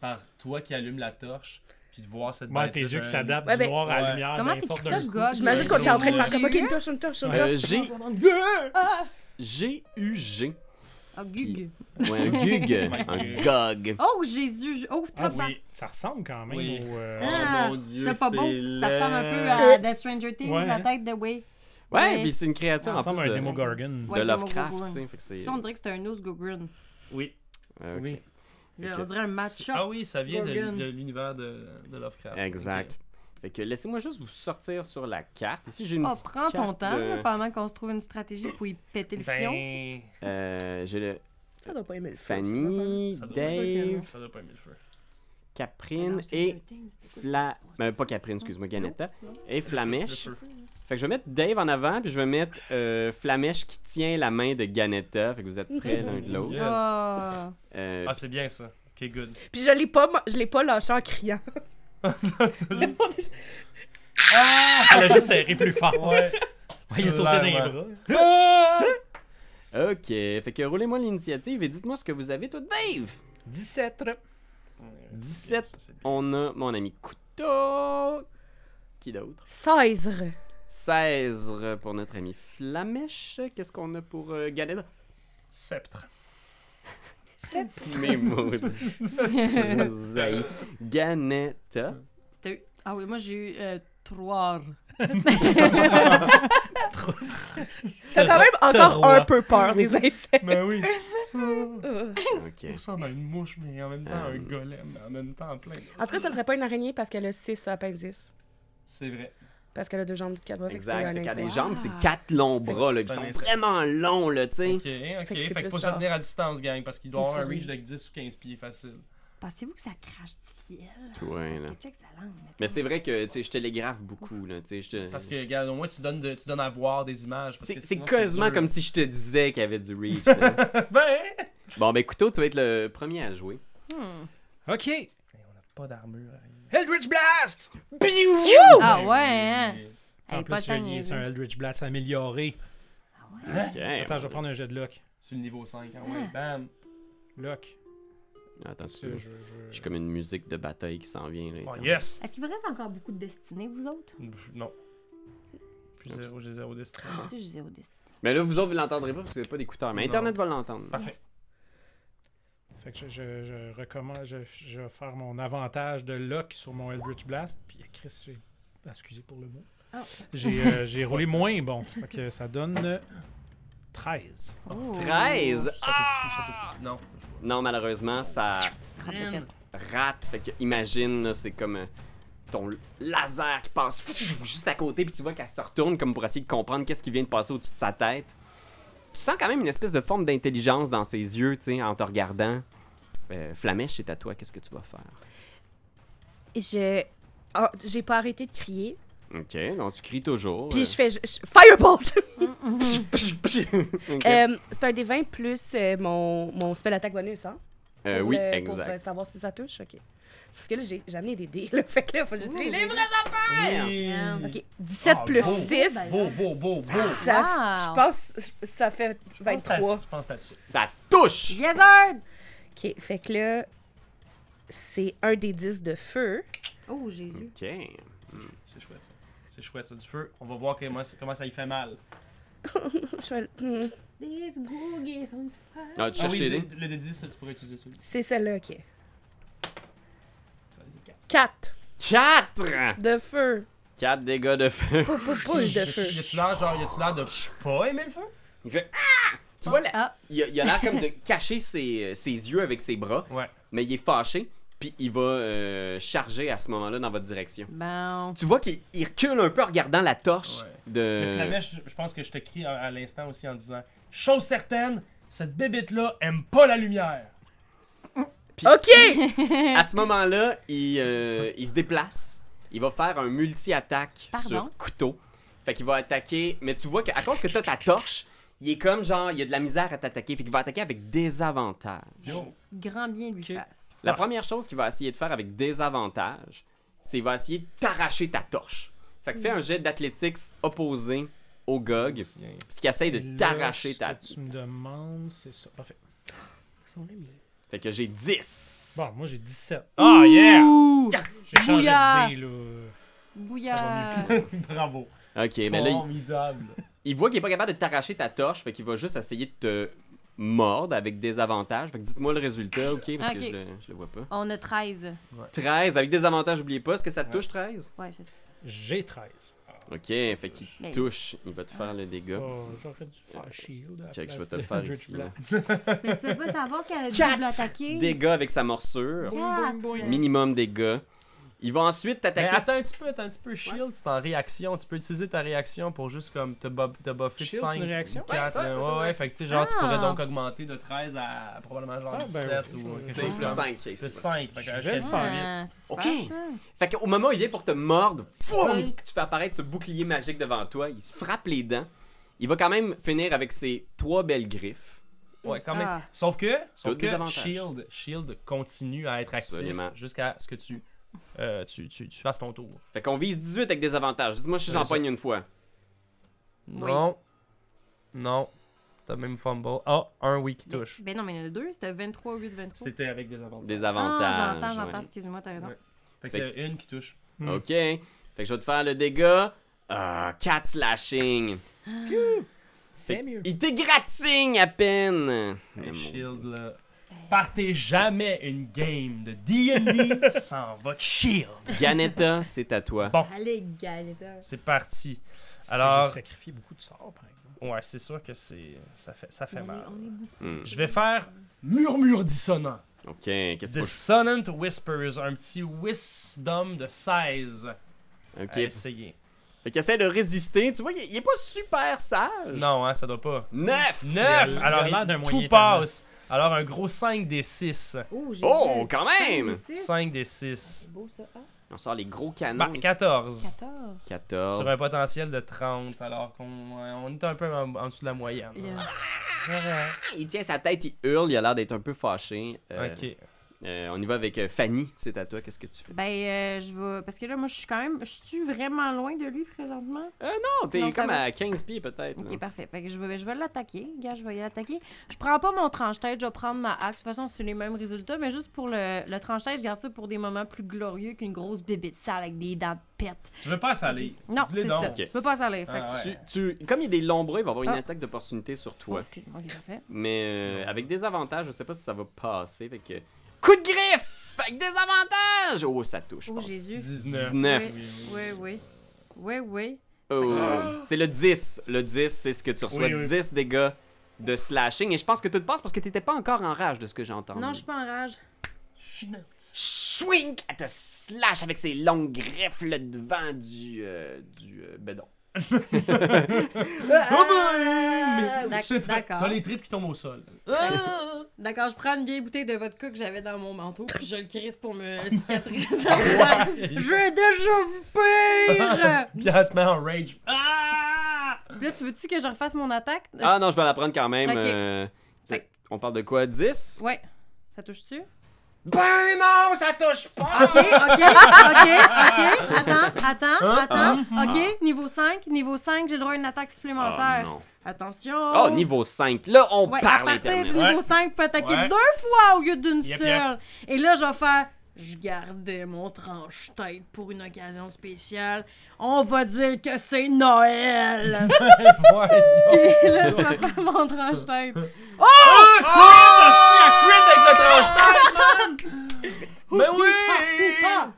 Speaker 2: par toi qui allume la torche, puis de voir cette
Speaker 3: Ouais,
Speaker 2: bête-là
Speaker 3: tes yeux qui
Speaker 2: de-
Speaker 3: s'adaptent
Speaker 5: Ouais,
Speaker 3: du
Speaker 5: ben-
Speaker 3: noir à la
Speaker 2: Ouais.
Speaker 3: lumière.
Speaker 6: Comment
Speaker 3: ben, fort
Speaker 6: t'écris
Speaker 3: d'un
Speaker 6: ça,
Speaker 3: coup.
Speaker 6: gog?
Speaker 5: J'imagine qu'on est en train de faire comme. Ok, une touche, une touche, une
Speaker 1: Euh,
Speaker 5: touche.
Speaker 1: J'ai G-U-G.
Speaker 6: Ah, gug.
Speaker 1: Ouais, un
Speaker 6: [laughs]
Speaker 1: gug. un gog.
Speaker 6: Oh, Jésus. je- Oh,
Speaker 3: Ah,
Speaker 6: trop
Speaker 3: oui, ça ressemble quand même
Speaker 2: Oui.
Speaker 3: au. euh,
Speaker 2: Ah,
Speaker 6: Ah,
Speaker 2: mon Dieu,
Speaker 6: C'est pas beau.
Speaker 2: c'est
Speaker 6: Ça ressemble un peu
Speaker 2: laid.
Speaker 6: à The Stranger Things,
Speaker 3: Ouais.
Speaker 6: la tête de Way.
Speaker 1: Ouais,
Speaker 6: Ouais.
Speaker 1: puis c'est une créature
Speaker 3: ça
Speaker 1: en
Speaker 3: ressemble à
Speaker 1: plus
Speaker 3: un
Speaker 1: de,
Speaker 3: Demogorgon.
Speaker 1: de
Speaker 6: Ouais,
Speaker 1: Lovecraft,
Speaker 6: Demogorgon.
Speaker 1: tu sais. fait que c'est-
Speaker 6: Ça, on dirait que c'est un nose go green.
Speaker 2: Oui.
Speaker 1: Ouais, ok.
Speaker 3: Oui.
Speaker 6: Là,
Speaker 1: Ok.
Speaker 6: On dirait un match-up.
Speaker 2: Ah oui, ça vient de,
Speaker 6: Gorgon.
Speaker 2: Ah, de l'univers de, de Lovecraft.
Speaker 1: Exact.
Speaker 2: Ok.
Speaker 1: Fait que laissez-moi juste vous sortir sur la carte. Ici, j'ai une
Speaker 6: On
Speaker 1: petite
Speaker 6: prend Oh, ton
Speaker 1: carte
Speaker 6: temps
Speaker 1: de-
Speaker 6: là, pendant qu'on se trouve une stratégie pour y péter le fion.
Speaker 2: Ben,
Speaker 1: Euh, j'ai le
Speaker 5: Ça doit pas aimer le feu.
Speaker 1: Fanny,
Speaker 2: ça doit-
Speaker 1: Dave,
Speaker 2: ça doit pas aimer le feu.
Speaker 6: Ah
Speaker 1: Caprine et Fla... euh, pas Caprine, excuse-moi, Ganetta. Et Flamèche.
Speaker 2: Le feu.
Speaker 1: Fait que je vais mettre Dave en avant, puis je vais mettre euh, Flamèche qui tient la main de Ganetta. Fait que vous êtes prêts l'un de l'autre.
Speaker 2: [laughs] Yes.
Speaker 6: Ah.
Speaker 1: Euh,
Speaker 2: Ah, c'est bien ça. Ok, good.
Speaker 5: Puis je l'ai pas, je l'ai pas lâché en criant.
Speaker 3: Elle a juste serré plus fort.
Speaker 2: Ouais.
Speaker 3: Ouais, il est sauté dans les
Speaker 2: Clairement.
Speaker 3: bras.
Speaker 1: ok, fait que roulez-moi l'initiative et dites-moi ce que vous avez, toi, Dave!
Speaker 3: 17.
Speaker 1: 17,
Speaker 2: Ça, c'est bien,
Speaker 1: On
Speaker 2: ça.
Speaker 1: a mon ami Couteau. Qui d'autre?
Speaker 5: 16.
Speaker 1: 16 pour notre ami Flamèche. Qu'est-ce qu'on a pour euh, Ganetta?
Speaker 2: Sceptre.
Speaker 1: Mes maudits. Je vous haïs. Ganetta.
Speaker 6: T'as eu- Ah oui, moi j'ai eu euh, trois.
Speaker 5: T'as quand même encore
Speaker 3: roi.
Speaker 5: un peu
Speaker 1: [laughs]
Speaker 5: peur des insectes.
Speaker 2: Ben oui.
Speaker 5: Euh.
Speaker 1: Ok.
Speaker 2: Il ressemble à une mouche, mais en même temps
Speaker 1: Euh.
Speaker 2: un golem, mais en même temps en plein.
Speaker 5: En tout cas, ça serait pas une araignée parce qu'elle a 6 appendices.
Speaker 2: C'est vrai.
Speaker 5: Parce qu'elle a deux jambes de quatre bras. fait que
Speaker 1: Exact.
Speaker 5: c'est
Speaker 1: Fait
Speaker 5: un
Speaker 1: qu'à des
Speaker 5: insecte.
Speaker 1: jambes, c'est quatre longs bras, là, qui
Speaker 2: C'est un
Speaker 1: sont
Speaker 2: insecte.
Speaker 1: vraiment longs, là, tu sais.
Speaker 2: Ok, ok.
Speaker 5: Fait
Speaker 2: Fait
Speaker 5: que c'est
Speaker 2: qu'il
Speaker 5: plus
Speaker 2: faut se
Speaker 5: genre-
Speaker 2: tenir à distance, gang, parce qu'il doit
Speaker 5: Une
Speaker 2: avoir un
Speaker 5: souris.
Speaker 2: reach de 10 ou 15 pieds facile.
Speaker 6: Pensez-vous que ça crache du fiel?
Speaker 1: Ouais, là.
Speaker 6: Parce que check sa langue. mettons.
Speaker 1: Mais c'est vrai que, tu sais, je télégraphe beaucoup, là, tu sais. je te-
Speaker 2: Parce que, regarde, au moins, tu donnes, de- tu donnes à voir des images. parce
Speaker 1: C'est
Speaker 2: que
Speaker 1: c'est
Speaker 2: sinon,
Speaker 1: quasiment
Speaker 2: dur.
Speaker 1: comme si je te disais qu'il y avait du reach. là.
Speaker 2: Ben!
Speaker 1: bon, ben, Couteau, tu vas être le premier à jouer.
Speaker 6: Hmm.
Speaker 3: Ok.
Speaker 2: Mais on n'a pas d'armure. hein.
Speaker 3: Eldritch Blast!
Speaker 6: Ah
Speaker 2: Ben
Speaker 6: ouais, hein?
Speaker 2: oui.
Speaker 6: Elle est
Speaker 3: En
Speaker 6: pas
Speaker 3: plus, il y a- il y a- c'est
Speaker 6: tannée.
Speaker 3: un Eldritch Blast amélioré.
Speaker 1: Ok.
Speaker 2: Ben
Speaker 3: Attends, je vais prendre un jet de lock.
Speaker 2: C'est le niveau 5, hein,
Speaker 5: Ah.
Speaker 2: ouais. Bam!
Speaker 3: Lock.
Speaker 1: Attends,
Speaker 3: Parce que
Speaker 1: je
Speaker 3: je-
Speaker 1: J'ai
Speaker 3: je-
Speaker 1: comme une musique de bataille qui s'en vient, là.
Speaker 2: Bon,
Speaker 1: éternellement.
Speaker 2: Oh, yes!
Speaker 6: Est-ce qu'il vous reste encore beaucoup de destinée, vous autres?
Speaker 2: Pff, Non. J'ai zéro, j'ai zéro destin.
Speaker 5: Ah.
Speaker 6: Moi aussi, j'ai zéro destinée.
Speaker 1: Mais là, vous autres, vous l'entendrez pas parce que c'est pas d'écouteurs. Mais
Speaker 2: Non.
Speaker 1: Internet va l'entendre.
Speaker 2: Parfait.
Speaker 3: Fait que je, je, je recommande, je, je vais faire mon avantage de lock sur mon Eldritch Blast. Puis euh, Chris, j'ai. ah, Excusez pour le mot.
Speaker 6: Ah.
Speaker 3: J'ai euh, j'ai roulé
Speaker 2: Ouais, c'est
Speaker 3: moins bon. Fait que ça donne euh, 13.
Speaker 6: Oh.
Speaker 1: 13!
Speaker 2: Ça
Speaker 5: Ah.
Speaker 2: touche, ça touche, ça touche. Non, je vois.
Speaker 1: Non, malheureusement, ça
Speaker 6: Crapette.
Speaker 1: rate. Fait que, imagine, là, c'est comme euh, ton laser qui passe pfiou, juste à côté, puis tu vois qu'elle se retourne comme pour essayer de comprendre qu'est-ce qui vient de passer au-dessus de sa tête. Tu sens quand même une espèce de forme d'intelligence dans ses yeux, tu sais, en te regardant. Euh, Flamèche, c'est à toi, qu'est-ce que tu vas faire?
Speaker 5: Je. Ah, j'ai pas arrêté de crier.
Speaker 1: Ok, donc tu cries toujours. Euh,
Speaker 5: Puis je fais. je- je-
Speaker 1: [laughs]
Speaker 5: Firebolt!
Speaker 1: fais.
Speaker 5: [laughs] Euh, c'est un des 20 plus euh, mon, mon spell attack bonus, hein? Pour
Speaker 1: oui,
Speaker 5: le- Pour euh,
Speaker 1: exact.
Speaker 5: savoir si ça touche, ok. Parce que là, j'ai j'ai amené des dés, là. [laughs] Fait que là, faut que j'utilise les vrais. Ah, Ok, 17
Speaker 2: Ah,
Speaker 5: plus
Speaker 2: beau.
Speaker 5: 6.
Speaker 2: Beau, beau, beau, beau.
Speaker 5: Ça,
Speaker 6: Wow.
Speaker 5: Je pense ben, je- ça fait
Speaker 2: Je pense que t'as-
Speaker 5: 23.
Speaker 2: Je pense que t'as dessus.
Speaker 1: Ça touche!
Speaker 6: Yes, sir!
Speaker 5: Ok, fait que là, c'est un des 10 de feu. [laughs]
Speaker 6: Oh, Jésus.
Speaker 1: Ok.
Speaker 2: C'est chou- C'est chouette ça. C'est chouette ça, du feu. On va voir comment, c'est- comment ça y fait mal.
Speaker 5: Je vais le- hmm,
Speaker 6: Ah. This gog is on fire.
Speaker 1: Ah, tu
Speaker 2: Ah
Speaker 1: cherches
Speaker 2: oui,
Speaker 1: tes
Speaker 2: le
Speaker 1: dés?
Speaker 2: le D10, ça, tu pourrais utiliser celui-là.
Speaker 5: C'est celle-là, ok.
Speaker 2: Ça va être quatre.
Speaker 5: 4
Speaker 1: 4!
Speaker 5: de feu.
Speaker 1: 4 dégâts de feu.
Speaker 5: Pou- pou- Pouce de
Speaker 2: Y
Speaker 5: feu.
Speaker 2: a-tu l'air, genre, y a-tu l'air de pas aimer le feu?
Speaker 1: Il fait Ah! Tu vois, la-
Speaker 6: Ah.
Speaker 1: il a il a l'air comme
Speaker 6: [laughs]
Speaker 1: de cacher ses, ses yeux avec ses bras,
Speaker 2: Ouais.
Speaker 1: mais il est fâché, puis il va euh, charger à ce moment-là dans votre direction.
Speaker 6: Bon.
Speaker 1: Tu vois qu'il il recule un peu en regardant la torche
Speaker 2: Ouais. Mais
Speaker 1: de.
Speaker 2: Flamèche, je pense que je te crie à, à l'instant aussi en disant Chose certaine, cette bébête-là aime pas la lumière.
Speaker 5: Ok!
Speaker 1: À ce moment-là, il, euh, il se déplace. Il va faire un multi-attaque
Speaker 6: Pardon?
Speaker 1: sur couteau. Fait qu'il va attaquer. Mais tu vois qu'à cause que t'as ta torche, il est comme genre, il a de la misère à t'attaquer. Fait qu'il va attaquer avec désavantage.
Speaker 2: Yo.
Speaker 6: Grand bien lui
Speaker 2: Ok.
Speaker 6: fasse.
Speaker 1: La première chose qu'il va essayer de faire avec désavantage, c'est qu'il va essayer de t'arracher ta torche. Fait que fais un jet d'athlétiques opposé au GOG, parce qu'il essaye
Speaker 3: Et
Speaker 1: de
Speaker 3: là,
Speaker 1: t'arracher
Speaker 3: ce
Speaker 1: ta...
Speaker 3: que Tu me demandes, c'est ça. Parfait.
Speaker 1: Fait que j'ai 10.
Speaker 3: Bon, moi j'ai 17.
Speaker 6: Ah,
Speaker 1: Ah,
Speaker 2: Oh yeah!
Speaker 6: Ouh!
Speaker 3: J'ai changé
Speaker 6: Bouillard.
Speaker 3: de dé, là.
Speaker 6: Bouillard!
Speaker 2: Bravo.
Speaker 1: Ok,
Speaker 2: ben
Speaker 1: mais là, il,
Speaker 2: Formidable.
Speaker 1: il voit qu'il est pas capable de t'arracher ta torche, fait qu'il va juste essayer de te mordre avec désavantage. Fait que dites-moi le résultat, ok, parce
Speaker 6: Ok.
Speaker 1: que je le, je le vois pas.
Speaker 6: On a 13.
Speaker 1: 13, avec désavantage, oubliez pas, est-ce que ça te touche 13?
Speaker 6: Ouais, c'est
Speaker 3: J'ai 13.
Speaker 1: Ok, fait qu'il
Speaker 6: Mais-
Speaker 1: touche, il va te faire le dégât.
Speaker 3: Oh, j'aurais dû faire shield. À la
Speaker 1: Check, je
Speaker 3: place
Speaker 1: vais te
Speaker 3: de
Speaker 1: le faire
Speaker 3: Eldritch
Speaker 1: ici, là.
Speaker 3: Blast.
Speaker 6: Mais tu peux pas savoir qu'elle a
Speaker 1: Quatre
Speaker 6: double attaqué.
Speaker 1: Dégâts avec sa morsure.
Speaker 6: Quatre.
Speaker 1: Minimum dégâts. Il va ensuite
Speaker 2: Mais
Speaker 1: t'attaquer.
Speaker 2: attends un petit peu, attends un petit peu. Shield, c'est en réaction. Tu peux utiliser ta réaction pour juste comme te, buff- te buffer de
Speaker 3: Shield, c'est
Speaker 2: 5.
Speaker 3: une réaction?
Speaker 2: quatre,
Speaker 5: Ouais, ça,
Speaker 2: euh,
Speaker 5: c'est
Speaker 2: ouais,
Speaker 5: une
Speaker 2: ouais. Fait que tu sais, genre, tu pourrais
Speaker 6: Ah.
Speaker 2: donc augmenter de 13 à probablement genre
Speaker 3: Ah, ben,
Speaker 2: 17
Speaker 3: ok, je-
Speaker 2: ou quelque
Speaker 3: je-
Speaker 1: C'est
Speaker 2: chose
Speaker 1: plus
Speaker 3: je-
Speaker 2: comme ça.
Speaker 1: 5.
Speaker 2: Plus 5. Fait
Speaker 3: Je
Speaker 2: que
Speaker 3: vais
Speaker 2: je
Speaker 3: le faire.
Speaker 6: Ah.
Speaker 1: Ok. Fait qu'au moment où il vient pour te mordre, foum, tu, tu fais apparaître ce bouclier magique devant toi. Il se frappe les dents. Il va quand même finir avec ses trois belles griffes.
Speaker 2: Ouais, quand même.
Speaker 6: Ah.
Speaker 2: Sauf que, sauf
Speaker 1: des
Speaker 2: que
Speaker 1: avantages.
Speaker 2: Shield, Shield continue à être actif
Speaker 1: Absolument.
Speaker 2: jusqu'à ce que tu, euh, tu, tu, tu fasses ton tour.
Speaker 1: Fait qu'on vise 18 avec des avantages. Dis-moi si
Speaker 2: C'est
Speaker 1: j'en
Speaker 2: ça.
Speaker 1: pogne une fois.
Speaker 6: Oui.
Speaker 2: Non. Non. T'as même fumble. Ah, un oui qui touche.
Speaker 6: Ben non, mais il y en a deux. C'était 23 au lieu de 23.
Speaker 2: C'était avec des avantages.
Speaker 1: Des
Speaker 6: Ah,
Speaker 1: avantages.
Speaker 6: j'entends,
Speaker 1: ouais.
Speaker 6: j'entends. Excuse-moi, t'as raison.
Speaker 2: Ouais. Fait que t'as une qui touche.
Speaker 3: Mm.
Speaker 1: OK. Fait que je vais te faire le dégât. Ah, 4 slashing.
Speaker 3: C'est mieux.
Speaker 1: Il t'égratigne à peine. Mais
Speaker 3: Eh,
Speaker 2: Et
Speaker 1: mon-
Speaker 2: Shield, là. Partez jamais une game de D&D
Speaker 3: [laughs]
Speaker 2: sans votre Shield.
Speaker 1: Ganetta, c'est à toi.
Speaker 2: Bon,
Speaker 4: Allez, Galeta.
Speaker 2: c'est parti.
Speaker 3: C'est que
Speaker 2: Alors-
Speaker 3: J'ai sacrifié beaucoup de sorts, par exemple.
Speaker 2: Ouais, c'est sûr que c'est ça fait, ça fait mal.
Speaker 1: Hmm.
Speaker 2: Je vais faire murmure dissonant.
Speaker 1: OK. Qu'est-ce que
Speaker 2: Dissonant Whispers, un petit wisdom de 16
Speaker 1: tu- OK.
Speaker 2: à essayer.
Speaker 1: Fait qu'il essaie de résister. Tu vois, il, il est pas super sage.
Speaker 2: Non, hein, ça doit pas.
Speaker 1: 9!
Speaker 2: 9!
Speaker 3: Il a-
Speaker 2: Alors,
Speaker 3: il a l'air d'un
Speaker 2: il-
Speaker 3: moyen
Speaker 2: tout passe. Alors, un gros 5 des 6.
Speaker 4: Oh, j'ai
Speaker 1: Oh, quand même!
Speaker 2: 5 des 6.
Speaker 4: C'est beau ça. Ah,
Speaker 1: On sort les gros canons.
Speaker 2: Bah, 14.
Speaker 6: 14.
Speaker 1: 14.
Speaker 2: Sur un potentiel de 30, alors qu'on on est un peu en, en dessous de la moyenne. Ouais.
Speaker 1: Ah, Il tient sa tête, il hurle, il a l'air d'être un peu fâché. Euh,
Speaker 2: Ok.
Speaker 1: euh, on y va avec euh, Fanny, c'est à toi, qu'est-ce que tu fais?
Speaker 6: Ben, euh, je vais. Parce que là, moi, je suis quand même. Je suis vraiment loin de lui présentement.
Speaker 1: Non, t'es
Speaker 6: non, ça
Speaker 1: comme
Speaker 6: va.
Speaker 1: à 15 pieds peut-être.
Speaker 6: Ok,
Speaker 1: là.
Speaker 6: parfait. Fait que je vais, je vais l'attaquer. Gars, je vais y l'attaquer. Je prends pas mon tranche-tête, je vais prendre ma axe. De toute façon, c'est les mêmes résultats, mais juste pour le, le tranche-tête, je garde ça pour des moments plus glorieux qu'une grosse bébite sale avec des dents de pète.
Speaker 2: Je veux pas salir.
Speaker 6: Non,
Speaker 2: Dis-le
Speaker 6: c'est
Speaker 2: donc.
Speaker 6: ça.
Speaker 1: Ok.
Speaker 6: Je peux pas s'aller. Fait
Speaker 2: Ah
Speaker 6: que-
Speaker 2: ouais.
Speaker 1: Tu, tu- comme il y a des longs bras, il va avoir une
Speaker 6: Ah.
Speaker 1: attaque d'opportunité sur
Speaker 6: Oh,
Speaker 1: toi.
Speaker 6: excuse-moi, ok, parfait.
Speaker 1: Mais euh,
Speaker 2: C'est ça.
Speaker 1: avec des avantages, je sais pas si ça va passer. Fait que... Coup de griffe! Avec des avantages! Oh, ça touche. je
Speaker 6: Oh,
Speaker 1: pense.
Speaker 6: Jésus.
Speaker 2: 19.
Speaker 1: 19.
Speaker 6: Oui,
Speaker 2: Oui, oui.
Speaker 6: oui, oui. Oui, oui.
Speaker 1: Oh, C'est le 10. Le 10, c'est ce que tu reçois.
Speaker 2: Ah. Oui, oui.
Speaker 1: 10 dégâts de slashing. Et je pense que tout passe parce que t'étais pas encore en rage de ce que j'entends.
Speaker 6: Non, je suis pas en rage.
Speaker 1: Swing! Elle te slash avec ses longues griffes le devant du, euh, du euh, bédon.
Speaker 6: Euh,
Speaker 2: Ah,
Speaker 6: D'ac-
Speaker 2: mais-
Speaker 6: d'accord.
Speaker 2: [laughs] T'as les tripes qui tombent au sol.
Speaker 6: D'accord, je prends une vieille bouteille de vodka que j'avais dans mon manteau, puis je le crisse
Speaker 2: [laughs]
Speaker 6: pour me cicatriser. je vais déjà vous pire!
Speaker 2: Puis elle se met en rage. [laughs] Ah!
Speaker 6: Puis là, tu veux-tu que je refasse mon attaque?
Speaker 1: Ah non, je vais la prendre quand même.
Speaker 6: Ok.
Speaker 1: euh,
Speaker 6: Fait-
Speaker 1: on parle de quoi? 10?
Speaker 6: Ouais. Ça touche-tu?
Speaker 1: Ben non, ça touche pas!
Speaker 6: Ok, ok, ok, ok. Attends, attends,
Speaker 2: Ah. Hein?
Speaker 6: attends. Ok, niveau 5. Niveau 5, j'ai le droit à une attaque supplémentaire.
Speaker 1: Ah, non.
Speaker 6: Attention.
Speaker 1: Oh, niveau 5. Là, on
Speaker 6: Ouais, à
Speaker 1: parle
Speaker 6: partir
Speaker 1: Internet.
Speaker 6: du niveau
Speaker 2: Ouais.
Speaker 6: 5, peut attaquer
Speaker 2: Ouais.
Speaker 6: deux fois au lieu d'une
Speaker 2: Yep,
Speaker 6: seule. Et là, je vais faire. Je gardais mon tranche-tête pour une occasion spéciale. On va dire que c'est [laughs] Noël.
Speaker 2: Voyons.
Speaker 6: Et là, je vais faire mon Oh! tranche-tête.
Speaker 2: Ah, crit! Hostie, elle crit avec le tranche-tête, man! Mais oui!
Speaker 6: Ah, Ah!
Speaker 1: Eh,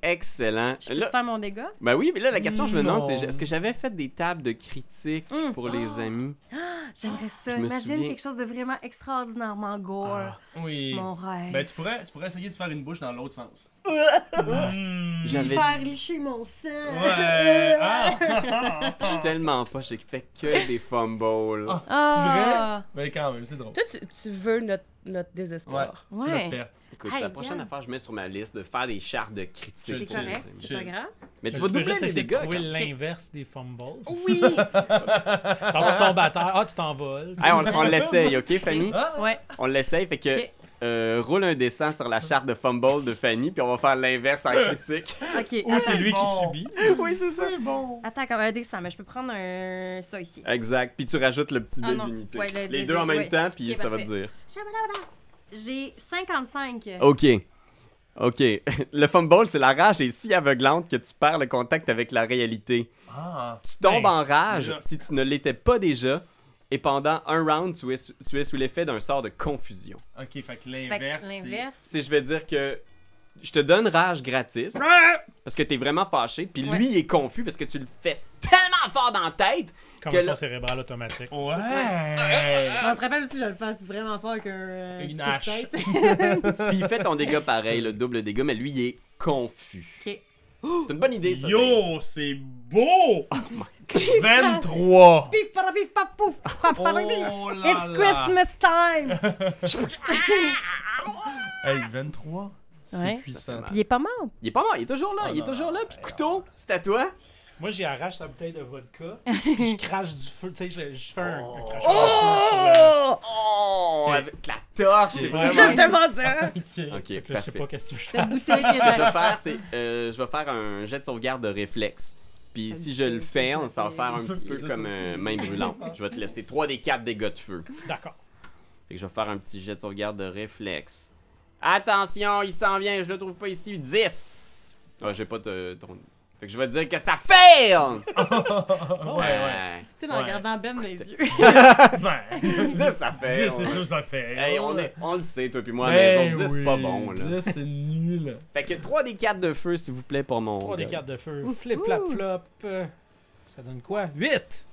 Speaker 1: Ben Excellent.
Speaker 6: Je peux
Speaker 1: Là,
Speaker 6: faire mon dégât?
Speaker 1: ben oui, mais là, la question, je me demande, c'est
Speaker 2: Non.
Speaker 1: est-ce que j'avais fait des tables de critiques
Speaker 6: Mm.
Speaker 1: pour les amis?
Speaker 6: J'aimerais ça.
Speaker 1: Je me
Speaker 6: Imagine
Speaker 1: souviens.
Speaker 6: quelque chose de vraiment extraordinairement gore.
Speaker 2: Ah. Oui.
Speaker 6: Mon rêve.
Speaker 2: Ben, tu pourrais, tu pourrais essayer de faire une bouche dans l'autre
Speaker 6: [laughs]
Speaker 2: sens.
Speaker 1: Ah, J'avais
Speaker 2: Ben,
Speaker 6: Faire licher mon sang.
Speaker 2: Ouais. [laughs] Ah.
Speaker 1: Je suis tellement pas, j'ai fait
Speaker 6: [laughs]
Speaker 1: que des fumbles.
Speaker 2: Ah,
Speaker 6: Ah.
Speaker 2: C'est vrai? Ben, quand même, c'est drôle.
Speaker 5: Toi, tu, tu veux notre, notre
Speaker 2: Ouais.
Speaker 5: [laughs] désespoir.
Speaker 2: Tu vas
Speaker 6: Ouais.
Speaker 2: te perdre.
Speaker 1: Écoute,
Speaker 6: Hey,
Speaker 1: la prochaine
Speaker 6: Gab.
Speaker 1: affaire, je mets sur ma liste de faire des chartes de critiques.
Speaker 6: C'est
Speaker 1: pour
Speaker 6: correct,
Speaker 1: les amis.
Speaker 6: c'est pas grave.
Speaker 1: Mais tu vas
Speaker 3: peux
Speaker 1: doubler
Speaker 3: juste
Speaker 1: les
Speaker 3: essayer de
Speaker 1: dégâts.
Speaker 3: trouver
Speaker 1: quand-
Speaker 3: l'inverse des fumbles. [laughs]
Speaker 1: Oui!
Speaker 3: Quand tu tombes à terre, ah, tu t'envoles.
Speaker 1: Hey, on on l'essaye, ok, Fanny?
Speaker 2: Ah.
Speaker 6: Ouais.
Speaker 1: On l'essaye, fait que.
Speaker 6: Ok.
Speaker 1: euh, roule un dessin sur la charte de fumble de Fanny, puis on va faire l'inverse en critique.
Speaker 6: [laughs] Ok.
Speaker 3: Ou c'est
Speaker 6: attends.
Speaker 3: lui qui
Speaker 2: Bon.
Speaker 3: subit.
Speaker 1: oui, c'est ça.
Speaker 2: bon.
Speaker 6: Attends, comme un dessin, mais je peux prendre un... ça ici.
Speaker 1: Exact. Puis tu rajoutes le petit
Speaker 6: Ah
Speaker 1: dé
Speaker 6: non.
Speaker 1: d'unité.
Speaker 6: Ouais, le
Speaker 1: les
Speaker 6: dé-
Speaker 1: deux en
Speaker 6: ouais.
Speaker 1: même temps, puis
Speaker 6: Ok,
Speaker 1: ça va te
Speaker 6: parfait.
Speaker 1: dire.
Speaker 6: Shabalabala. J'ai 55.
Speaker 1: OK. OK. [laughs] le fumble, c'est la rage est si aveuglante que tu perds le contact avec la réalité.
Speaker 2: Ah.
Speaker 1: Tu tombes
Speaker 2: Ben,
Speaker 1: en rage
Speaker 2: déjà.
Speaker 1: si tu ne l'étais pas déjà, et pendant un round, tu es, sous- tu es sous l'effet d'un sort de confusion.
Speaker 2: Ok, fait que
Speaker 6: Fait que
Speaker 2: l'inverse. c'est-
Speaker 6: L'inverse.
Speaker 1: Si je vais dire que je te donne rage gratis, parce que t'es vraiment fâché, puis
Speaker 6: Ouais.
Speaker 1: lui, il est confus parce que tu le fesses tellement fort dans la tête.
Speaker 3: Commotion
Speaker 1: Quel-
Speaker 3: cérébrale automatique.
Speaker 2: Ouais.
Speaker 6: On se rappelle aussi que je le fasse vraiment fort qu'un... euh,
Speaker 2: Une
Speaker 6: coup de
Speaker 2: hache.
Speaker 6: tête.
Speaker 1: Puis il fait ton dégât pareil, le double dégât, mais lui, il est confus.
Speaker 6: Ok.
Speaker 1: C'est Oh une bonne idée, ça. Dave.
Speaker 2: Yo, c'est beau!
Speaker 5: [laughs]
Speaker 2: 23!
Speaker 6: Pif, para, pif, paf, pouf!
Speaker 2: Oh là
Speaker 6: It's
Speaker 2: là.
Speaker 6: Christmas time!
Speaker 2: Hey, 23? C'est
Speaker 6: Ouais.
Speaker 2: [laughs] puissant.
Speaker 6: Puis il est pas mort.
Speaker 1: Il est pas mort, il est toujours là,
Speaker 2: Oh
Speaker 1: il est
Speaker 2: non,
Speaker 1: toujours là.
Speaker 2: non,
Speaker 1: Puis
Speaker 2: non.
Speaker 1: couteau, c'est à toi.
Speaker 3: Moi, j'y arrache sa bouteille de vodka, puis je crache du feu. Tu sais, je, je fais un, un crachage de feu sur la-
Speaker 1: Oh,
Speaker 2: Ok.
Speaker 1: avec la torche.
Speaker 2: Ok.
Speaker 1: vraiment-
Speaker 3: Vraiment.
Speaker 5: Justement
Speaker 2: Ah.
Speaker 5: ça.
Speaker 3: Ok,
Speaker 1: Ok,
Speaker 3: Fait que là, je sais
Speaker 1: parfait.
Speaker 3: pas qu'est-ce que je fais.
Speaker 6: Cette bouteille qui
Speaker 1: Ce que
Speaker 6: est
Speaker 1: je
Speaker 2: [laughs]
Speaker 1: vais
Speaker 6: là.
Speaker 1: faire, c'est euh, je vais faire un jet de sauvegarde de réflexe. Puis
Speaker 6: Ça
Speaker 1: si
Speaker 6: me
Speaker 1: je le
Speaker 6: fait-
Speaker 1: fais,
Speaker 6: ça me
Speaker 1: ça va
Speaker 6: fait-
Speaker 1: faire
Speaker 6: [laughs]
Speaker 1: un
Speaker 2: Ça
Speaker 1: petit
Speaker 2: me
Speaker 1: peu
Speaker 2: fait
Speaker 1: comme euh, main brûlante. Je vais te laisser 3 des 4 dégâts de feu.
Speaker 3: D'accord.
Speaker 1: Fait que je vais faire un petit jet de sauvegarde de réflexe. Attention, il s'en vient, je le trouve pas ici. 10! Ah, j'ai pas de... ton- Fait que je vais dire que ça fail!
Speaker 2: ouais,
Speaker 6: Tu sais, en
Speaker 2: Ouais.
Speaker 6: regardant Ben dans les yeux.
Speaker 1: [laughs]
Speaker 2: ouais. Ben,
Speaker 1: 10, ça fail!
Speaker 2: 10, c'est sûr, ça fait.
Speaker 1: Hey, on, est, on le sait, toi puis moi,
Speaker 2: Ben
Speaker 1: mais on 10,
Speaker 2: oui,
Speaker 1: c'est pas bon, là.
Speaker 2: 10, c'est nul.
Speaker 1: Fait que 3 des 4 de feu, s'il vous plaît, pour mon...
Speaker 3: 3 des
Speaker 1: gars.
Speaker 3: cartes de feu.
Speaker 6: Ouh.
Speaker 3: Flip, flap,
Speaker 6: Ouh.
Speaker 3: flop. euh, ça donne quoi 8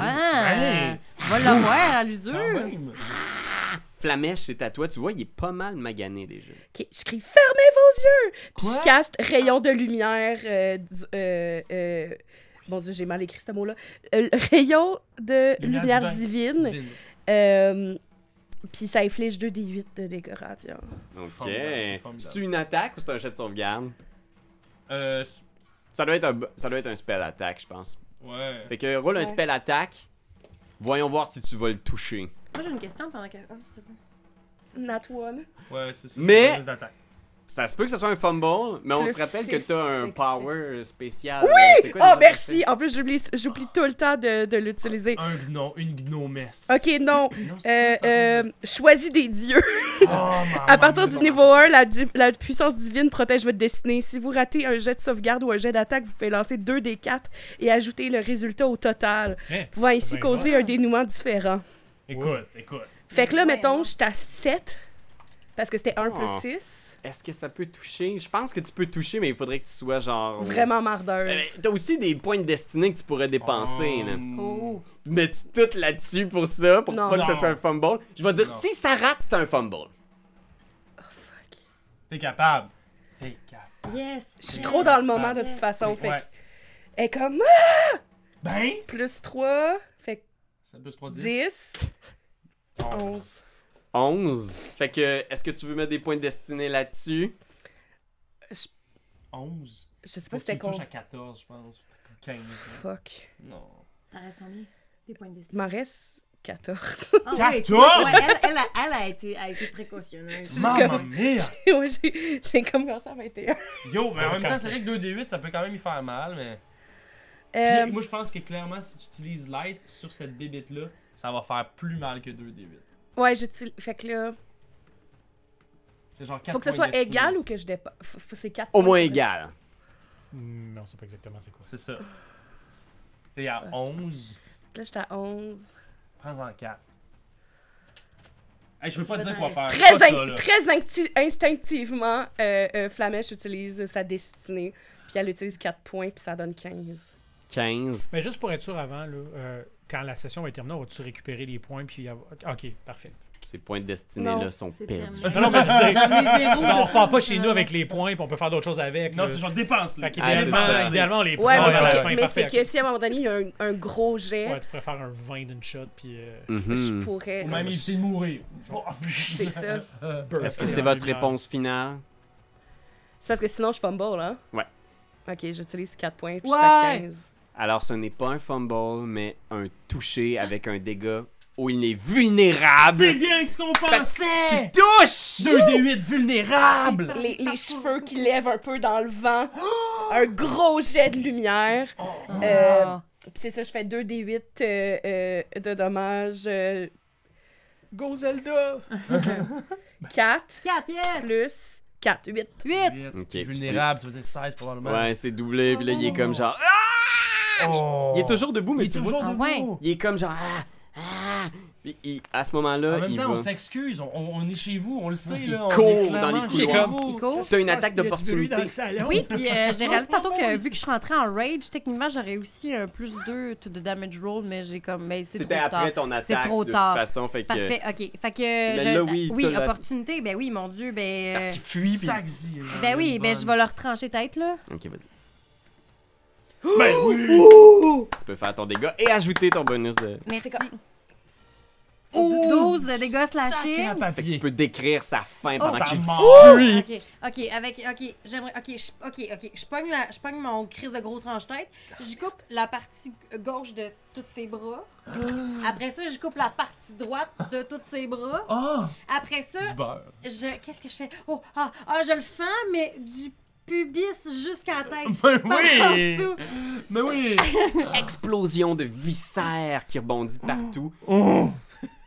Speaker 6: Ah! On va l'avoir à l'usure.
Speaker 1: Flamèche, c'est à toi. Tu vois, il est pas mal magané déjà.
Speaker 5: Ok, je crie fermez vos yeux. Puis
Speaker 2: Quoi?
Speaker 5: je caste rayon de lumière. euh, du- euh, euh, Mon Dieu, j'ai mal écrit ce mot-là. Euh, rayon de
Speaker 2: Lumière
Speaker 5: lumière, divine.
Speaker 2: Divine.
Speaker 5: Euh, Puis ça inflige 2d8 de dégâts radiants.
Speaker 1: Ok.
Speaker 2: Formidable, c'est formidable.
Speaker 1: C'est une attaque ou c'est un jet de sauvegarde?
Speaker 2: Euh, s-
Speaker 1: Ça doit être un, ça doit être un spell attack, je pense.
Speaker 2: ouais.
Speaker 1: Fait que roule un
Speaker 5: Ouais.
Speaker 1: spell attack. Voyons voir si tu vas le toucher.
Speaker 6: Moi, j'ai une question pendant que. ah, c'est bon.
Speaker 5: Nat one.
Speaker 2: Ouais, c'est ça.
Speaker 1: Mais-
Speaker 2: c'est une attaque.
Speaker 1: Ça se peut que ce soit un fumble, mais on
Speaker 5: Plus
Speaker 1: se rappelle que
Speaker 5: six,
Speaker 1: t'as un
Speaker 5: six,
Speaker 1: power spécial. Oui!
Speaker 5: Oh, merci! En plus, j'oublie j'oublie tout le temps de, de l'utiliser.
Speaker 2: Un gnom, une gnomesse.
Speaker 5: Ok, non.
Speaker 2: Non, Ah. c'est
Speaker 5: Euh,
Speaker 2: ça, ça
Speaker 5: euh, choisis des dieux.
Speaker 2: Oh, ma
Speaker 5: À partir du
Speaker 2: maman.
Speaker 5: niveau 1, la, di- la puissance divine protège votre destinée. Si vous ratez un jet de sauvegarde ou un jet d'attaque, vous pouvez lancer 2 des 4 et ajouter le résultat au total,
Speaker 3: Hein?
Speaker 5: pouvant ainsi
Speaker 3: Ben
Speaker 5: causer un dénouement différent.
Speaker 2: Écoute, écoute.
Speaker 5: Fait que là,
Speaker 6: Ouais,
Speaker 5: mettons,
Speaker 6: hein.
Speaker 5: je suis à 7, parce que c'était 1
Speaker 1: Oh.
Speaker 2: Ah.
Speaker 5: plus 6.
Speaker 1: Est-ce que ça peut toucher? Je pense que tu peux toucher, mais il faudrait que tu sois
Speaker 2: Oh.
Speaker 1: genre.
Speaker 5: Vraiment mardeuse.
Speaker 1: Euh,
Speaker 2: Eh
Speaker 1: T'as aussi des points de destinée que tu pourrais dépenser. là.
Speaker 6: Oh!
Speaker 1: Mets-tu tout là-dessus pour ça, pour
Speaker 5: Non.
Speaker 1: pas que ce
Speaker 2: Non.
Speaker 1: soit un fumble? Je vais dire,
Speaker 2: Non.
Speaker 1: si ça rate, c'est un fumble.
Speaker 2: ben.
Speaker 5: Oh,
Speaker 2: T'es capable. T'es capable.
Speaker 6: Yes!
Speaker 5: Je suis trop dans le moment de toute façon. Fait que. Elle est comme. Ah!
Speaker 2: Ben!
Speaker 5: Plus 3, fait que
Speaker 2: Ça peut se produire.
Speaker 5: 10, 11.
Speaker 1: 11. Fait que, est-ce que tu veux mettre des points de destinée là-dessus?
Speaker 2: 11.
Speaker 5: Je sais
Speaker 2: Faut
Speaker 5: pas
Speaker 2: que tu
Speaker 5: c'était
Speaker 2: me touches
Speaker 5: combien.
Speaker 2: à 14, je pense. ou 15. hein.
Speaker 5: Fuck.
Speaker 2: Non.
Speaker 6: Ça reste combien? Des points de destin.
Speaker 5: Il m'en reste 14.
Speaker 6: Ah,
Speaker 2: Quatre
Speaker 6: ouais,
Speaker 2: tonnes!
Speaker 6: ouais, elle, elle, a- elle a été, a été précautionneuse.
Speaker 2: Maman mia!
Speaker 5: [laughs] Ouais, j'ai- J'ai commencé à 21.
Speaker 2: Yo, mais en même
Speaker 3: Comme-
Speaker 2: temps, c'est vrai que 2D8, ça peut quand même y faire mal, mais.
Speaker 5: Euh,
Speaker 2: Puis, moi, je pense que clairement, si tu utilises Light sur cette bébite-là, ça va faire plus mal que 2D8.
Speaker 5: Ouais, j'utilise. Fait que là.
Speaker 2: C'est genre 4
Speaker 5: Faut que ce soit égal ou que je dépasse. Faut- faut- C'est 4.
Speaker 1: Au moins égal.
Speaker 3: Hmm, Mais on sait pas exactement c'est quoi.
Speaker 2: C'est ça. T'es à 11.
Speaker 5: Là, j'étais à 11.
Speaker 2: Prends-en 4. Hey, je veux pas te
Speaker 6: Je
Speaker 2: dire
Speaker 6: vais
Speaker 2: quoi faire.
Speaker 5: Très,
Speaker 2: c'est pas
Speaker 5: in-
Speaker 2: ça, là.
Speaker 5: très insti- instinctivement, euh, euh, Flamèche utilise sa destinée. Puis elle utilise 4 points, puis ça donne 15.
Speaker 1: 15.
Speaker 3: Mais juste pour être sûr avant, là, euh, quand la session va être terminée, on va-tu récupérer les points puis avoir- Ok, parfait.
Speaker 1: Ces points de destinée-là
Speaker 5: Non,
Speaker 1: sont
Speaker 6: c'est
Speaker 1: perdus.
Speaker 6: terminé.
Speaker 3: Non, non, mais je veux dire,
Speaker 6: J'en ai zéro.
Speaker 3: on repart pas chez nous avec les points puis on peut faire d'autres choses avec.
Speaker 2: Non,
Speaker 3: là.
Speaker 2: c'est genre dépense,
Speaker 3: Fait
Speaker 2: là.
Speaker 1: Ah,
Speaker 3: qu'idéalement,
Speaker 1: c'est ça.
Speaker 3: idéalement, on les prend
Speaker 5: Ouais,
Speaker 3: à la
Speaker 5: mais c'est
Speaker 3: fin,
Speaker 5: que, mais c'est
Speaker 3: parfait.
Speaker 5: que si à un moment donné, il y a un, un gros jet,
Speaker 3: Ouais, tu pourrais faire un 20 d'une shot puis. euh,
Speaker 1: Mhm.
Speaker 5: je pourrais.
Speaker 2: Ou même éviter de mourir. Oh,
Speaker 5: C'est ça.
Speaker 3: burst
Speaker 1: Est-ce que
Speaker 3: dans
Speaker 1: c'est
Speaker 3: la
Speaker 1: votre
Speaker 3: lumière.
Speaker 1: réponse finale?
Speaker 5: C'est parce que sinon, je fumble, hein?
Speaker 1: Ouais.
Speaker 5: Ok, j'utilise 4 points, puis je suis à
Speaker 6: Ouais.
Speaker 5: 15.
Speaker 1: Alors, ce n'est pas un fumble, mais un toucher avec un dégât où il est vulnérable.
Speaker 2: bien ce qu'on
Speaker 1: Fait que tu touches!
Speaker 2: 2D8 vulnérable!
Speaker 5: les, les cheveux qui lèvent un peu dans le vent, un gros jet de lumière. Euh,
Speaker 6: Ah.
Speaker 5: pis c'est ça, je fais 2d8 euh, euh, de dommages. euh,
Speaker 3: Go
Speaker 5: [laughs]
Speaker 3: Zelda!
Speaker 5: 4
Speaker 6: Quatre, yes!
Speaker 5: plus 4, [laughs] 8.
Speaker 6: Huit!
Speaker 1: Ok,
Speaker 2: vulnérable, ça veut dire 16 probablement.
Speaker 1: Ouais, c'est doublé, puis là, il est comme genre...
Speaker 2: Oh.
Speaker 1: Il est toujours debout, mais
Speaker 2: Il est
Speaker 1: tu
Speaker 2: toujours
Speaker 1: vois...
Speaker 6: Ah
Speaker 2: debout.
Speaker 6: ouais.
Speaker 1: Il est comme genre... Ah, ah. Il- il- à ce moment-là,
Speaker 2: en même
Speaker 1: Ah, il
Speaker 2: temps,
Speaker 1: va...
Speaker 2: on s'excuse, on, on est chez vous, on le sait.
Speaker 1: Il
Speaker 2: là, on
Speaker 1: court
Speaker 2: est
Speaker 1: dans
Speaker 2: clairement
Speaker 1: les
Speaker 2: chez
Speaker 1: couloirs.
Speaker 2: vous.
Speaker 4: Il court.
Speaker 1: C'est une attaque
Speaker 3: Il y a du bruit
Speaker 1: d'opportunité.
Speaker 3: dans le salon.
Speaker 4: Oui, puis euh, j'ai réalisé tantôt que vu que je suis rentrée en rage, techniquement, j'aurais aussi un plus 2 de damage roll, mais j'ai comme. Mais c'est
Speaker 1: C'était
Speaker 4: trop tard.
Speaker 1: après ton attaque,
Speaker 4: trop
Speaker 1: de
Speaker 4: tard.
Speaker 1: toute façon. Fait que,
Speaker 4: Parfait, ok. Fait que.
Speaker 1: Mais
Speaker 4: je- euh,
Speaker 1: là, oui, t'as la-
Speaker 4: opportunité. Ben oui, mon Dieu, ben.
Speaker 1: Parce
Speaker 4: euh,
Speaker 1: qu'il fuit. puis-
Speaker 2: Sac zi, là,
Speaker 4: Ben oui,
Speaker 2: une
Speaker 4: ben
Speaker 2: bonne.
Speaker 4: je vais leur trancher tête, là.
Speaker 1: Ok, vas-y.
Speaker 4: Oh!
Speaker 2: Ben oui.
Speaker 1: Tu peux faire ton dégât et ajouter ton bonus. De...
Speaker 4: Merci.
Speaker 2: Oh!
Speaker 4: 12 de dégâts slashés.
Speaker 2: Sac
Speaker 1: Fait
Speaker 2: à
Speaker 1: que tu
Speaker 2: papier.
Speaker 1: peux décrire sa fin
Speaker 4: Oh,
Speaker 1: pendant
Speaker 2: Ça
Speaker 1: qu'il
Speaker 2: mord.
Speaker 1: fuit.
Speaker 4: Ok, ok, avec, ok, j'aimerais, ok, je- ok, ok, je pogne la, je pogne mon crise de gros tranche-tête, j'y coupe la partie gauche de tous ses bras, après ça, j'y coupe la partie droite de tous ses bras,
Speaker 2: Ah!
Speaker 4: après ça,
Speaker 2: Du beurre.
Speaker 4: je, qu'est-ce que je fais? Oh, ah, ah, je le fends, mais du pubis jusqu'à la tête.
Speaker 2: [laughs] Ben
Speaker 4: Par en
Speaker 2: oui!
Speaker 4: dessous.
Speaker 2: Ben [laughs] oui!
Speaker 1: Explosion de viscères qui rebondit
Speaker 4: Oh.
Speaker 1: partout.
Speaker 2: Oh.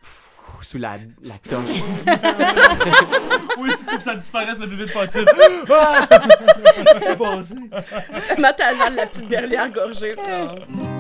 Speaker 1: Pfff, Sous la, la toge.
Speaker 2: Oui, faut que ça disparaisse le plus vite [laughs] possible. Ah!
Speaker 3: C'est passé.
Speaker 5: Matajal, la petite dernière gorgée. là.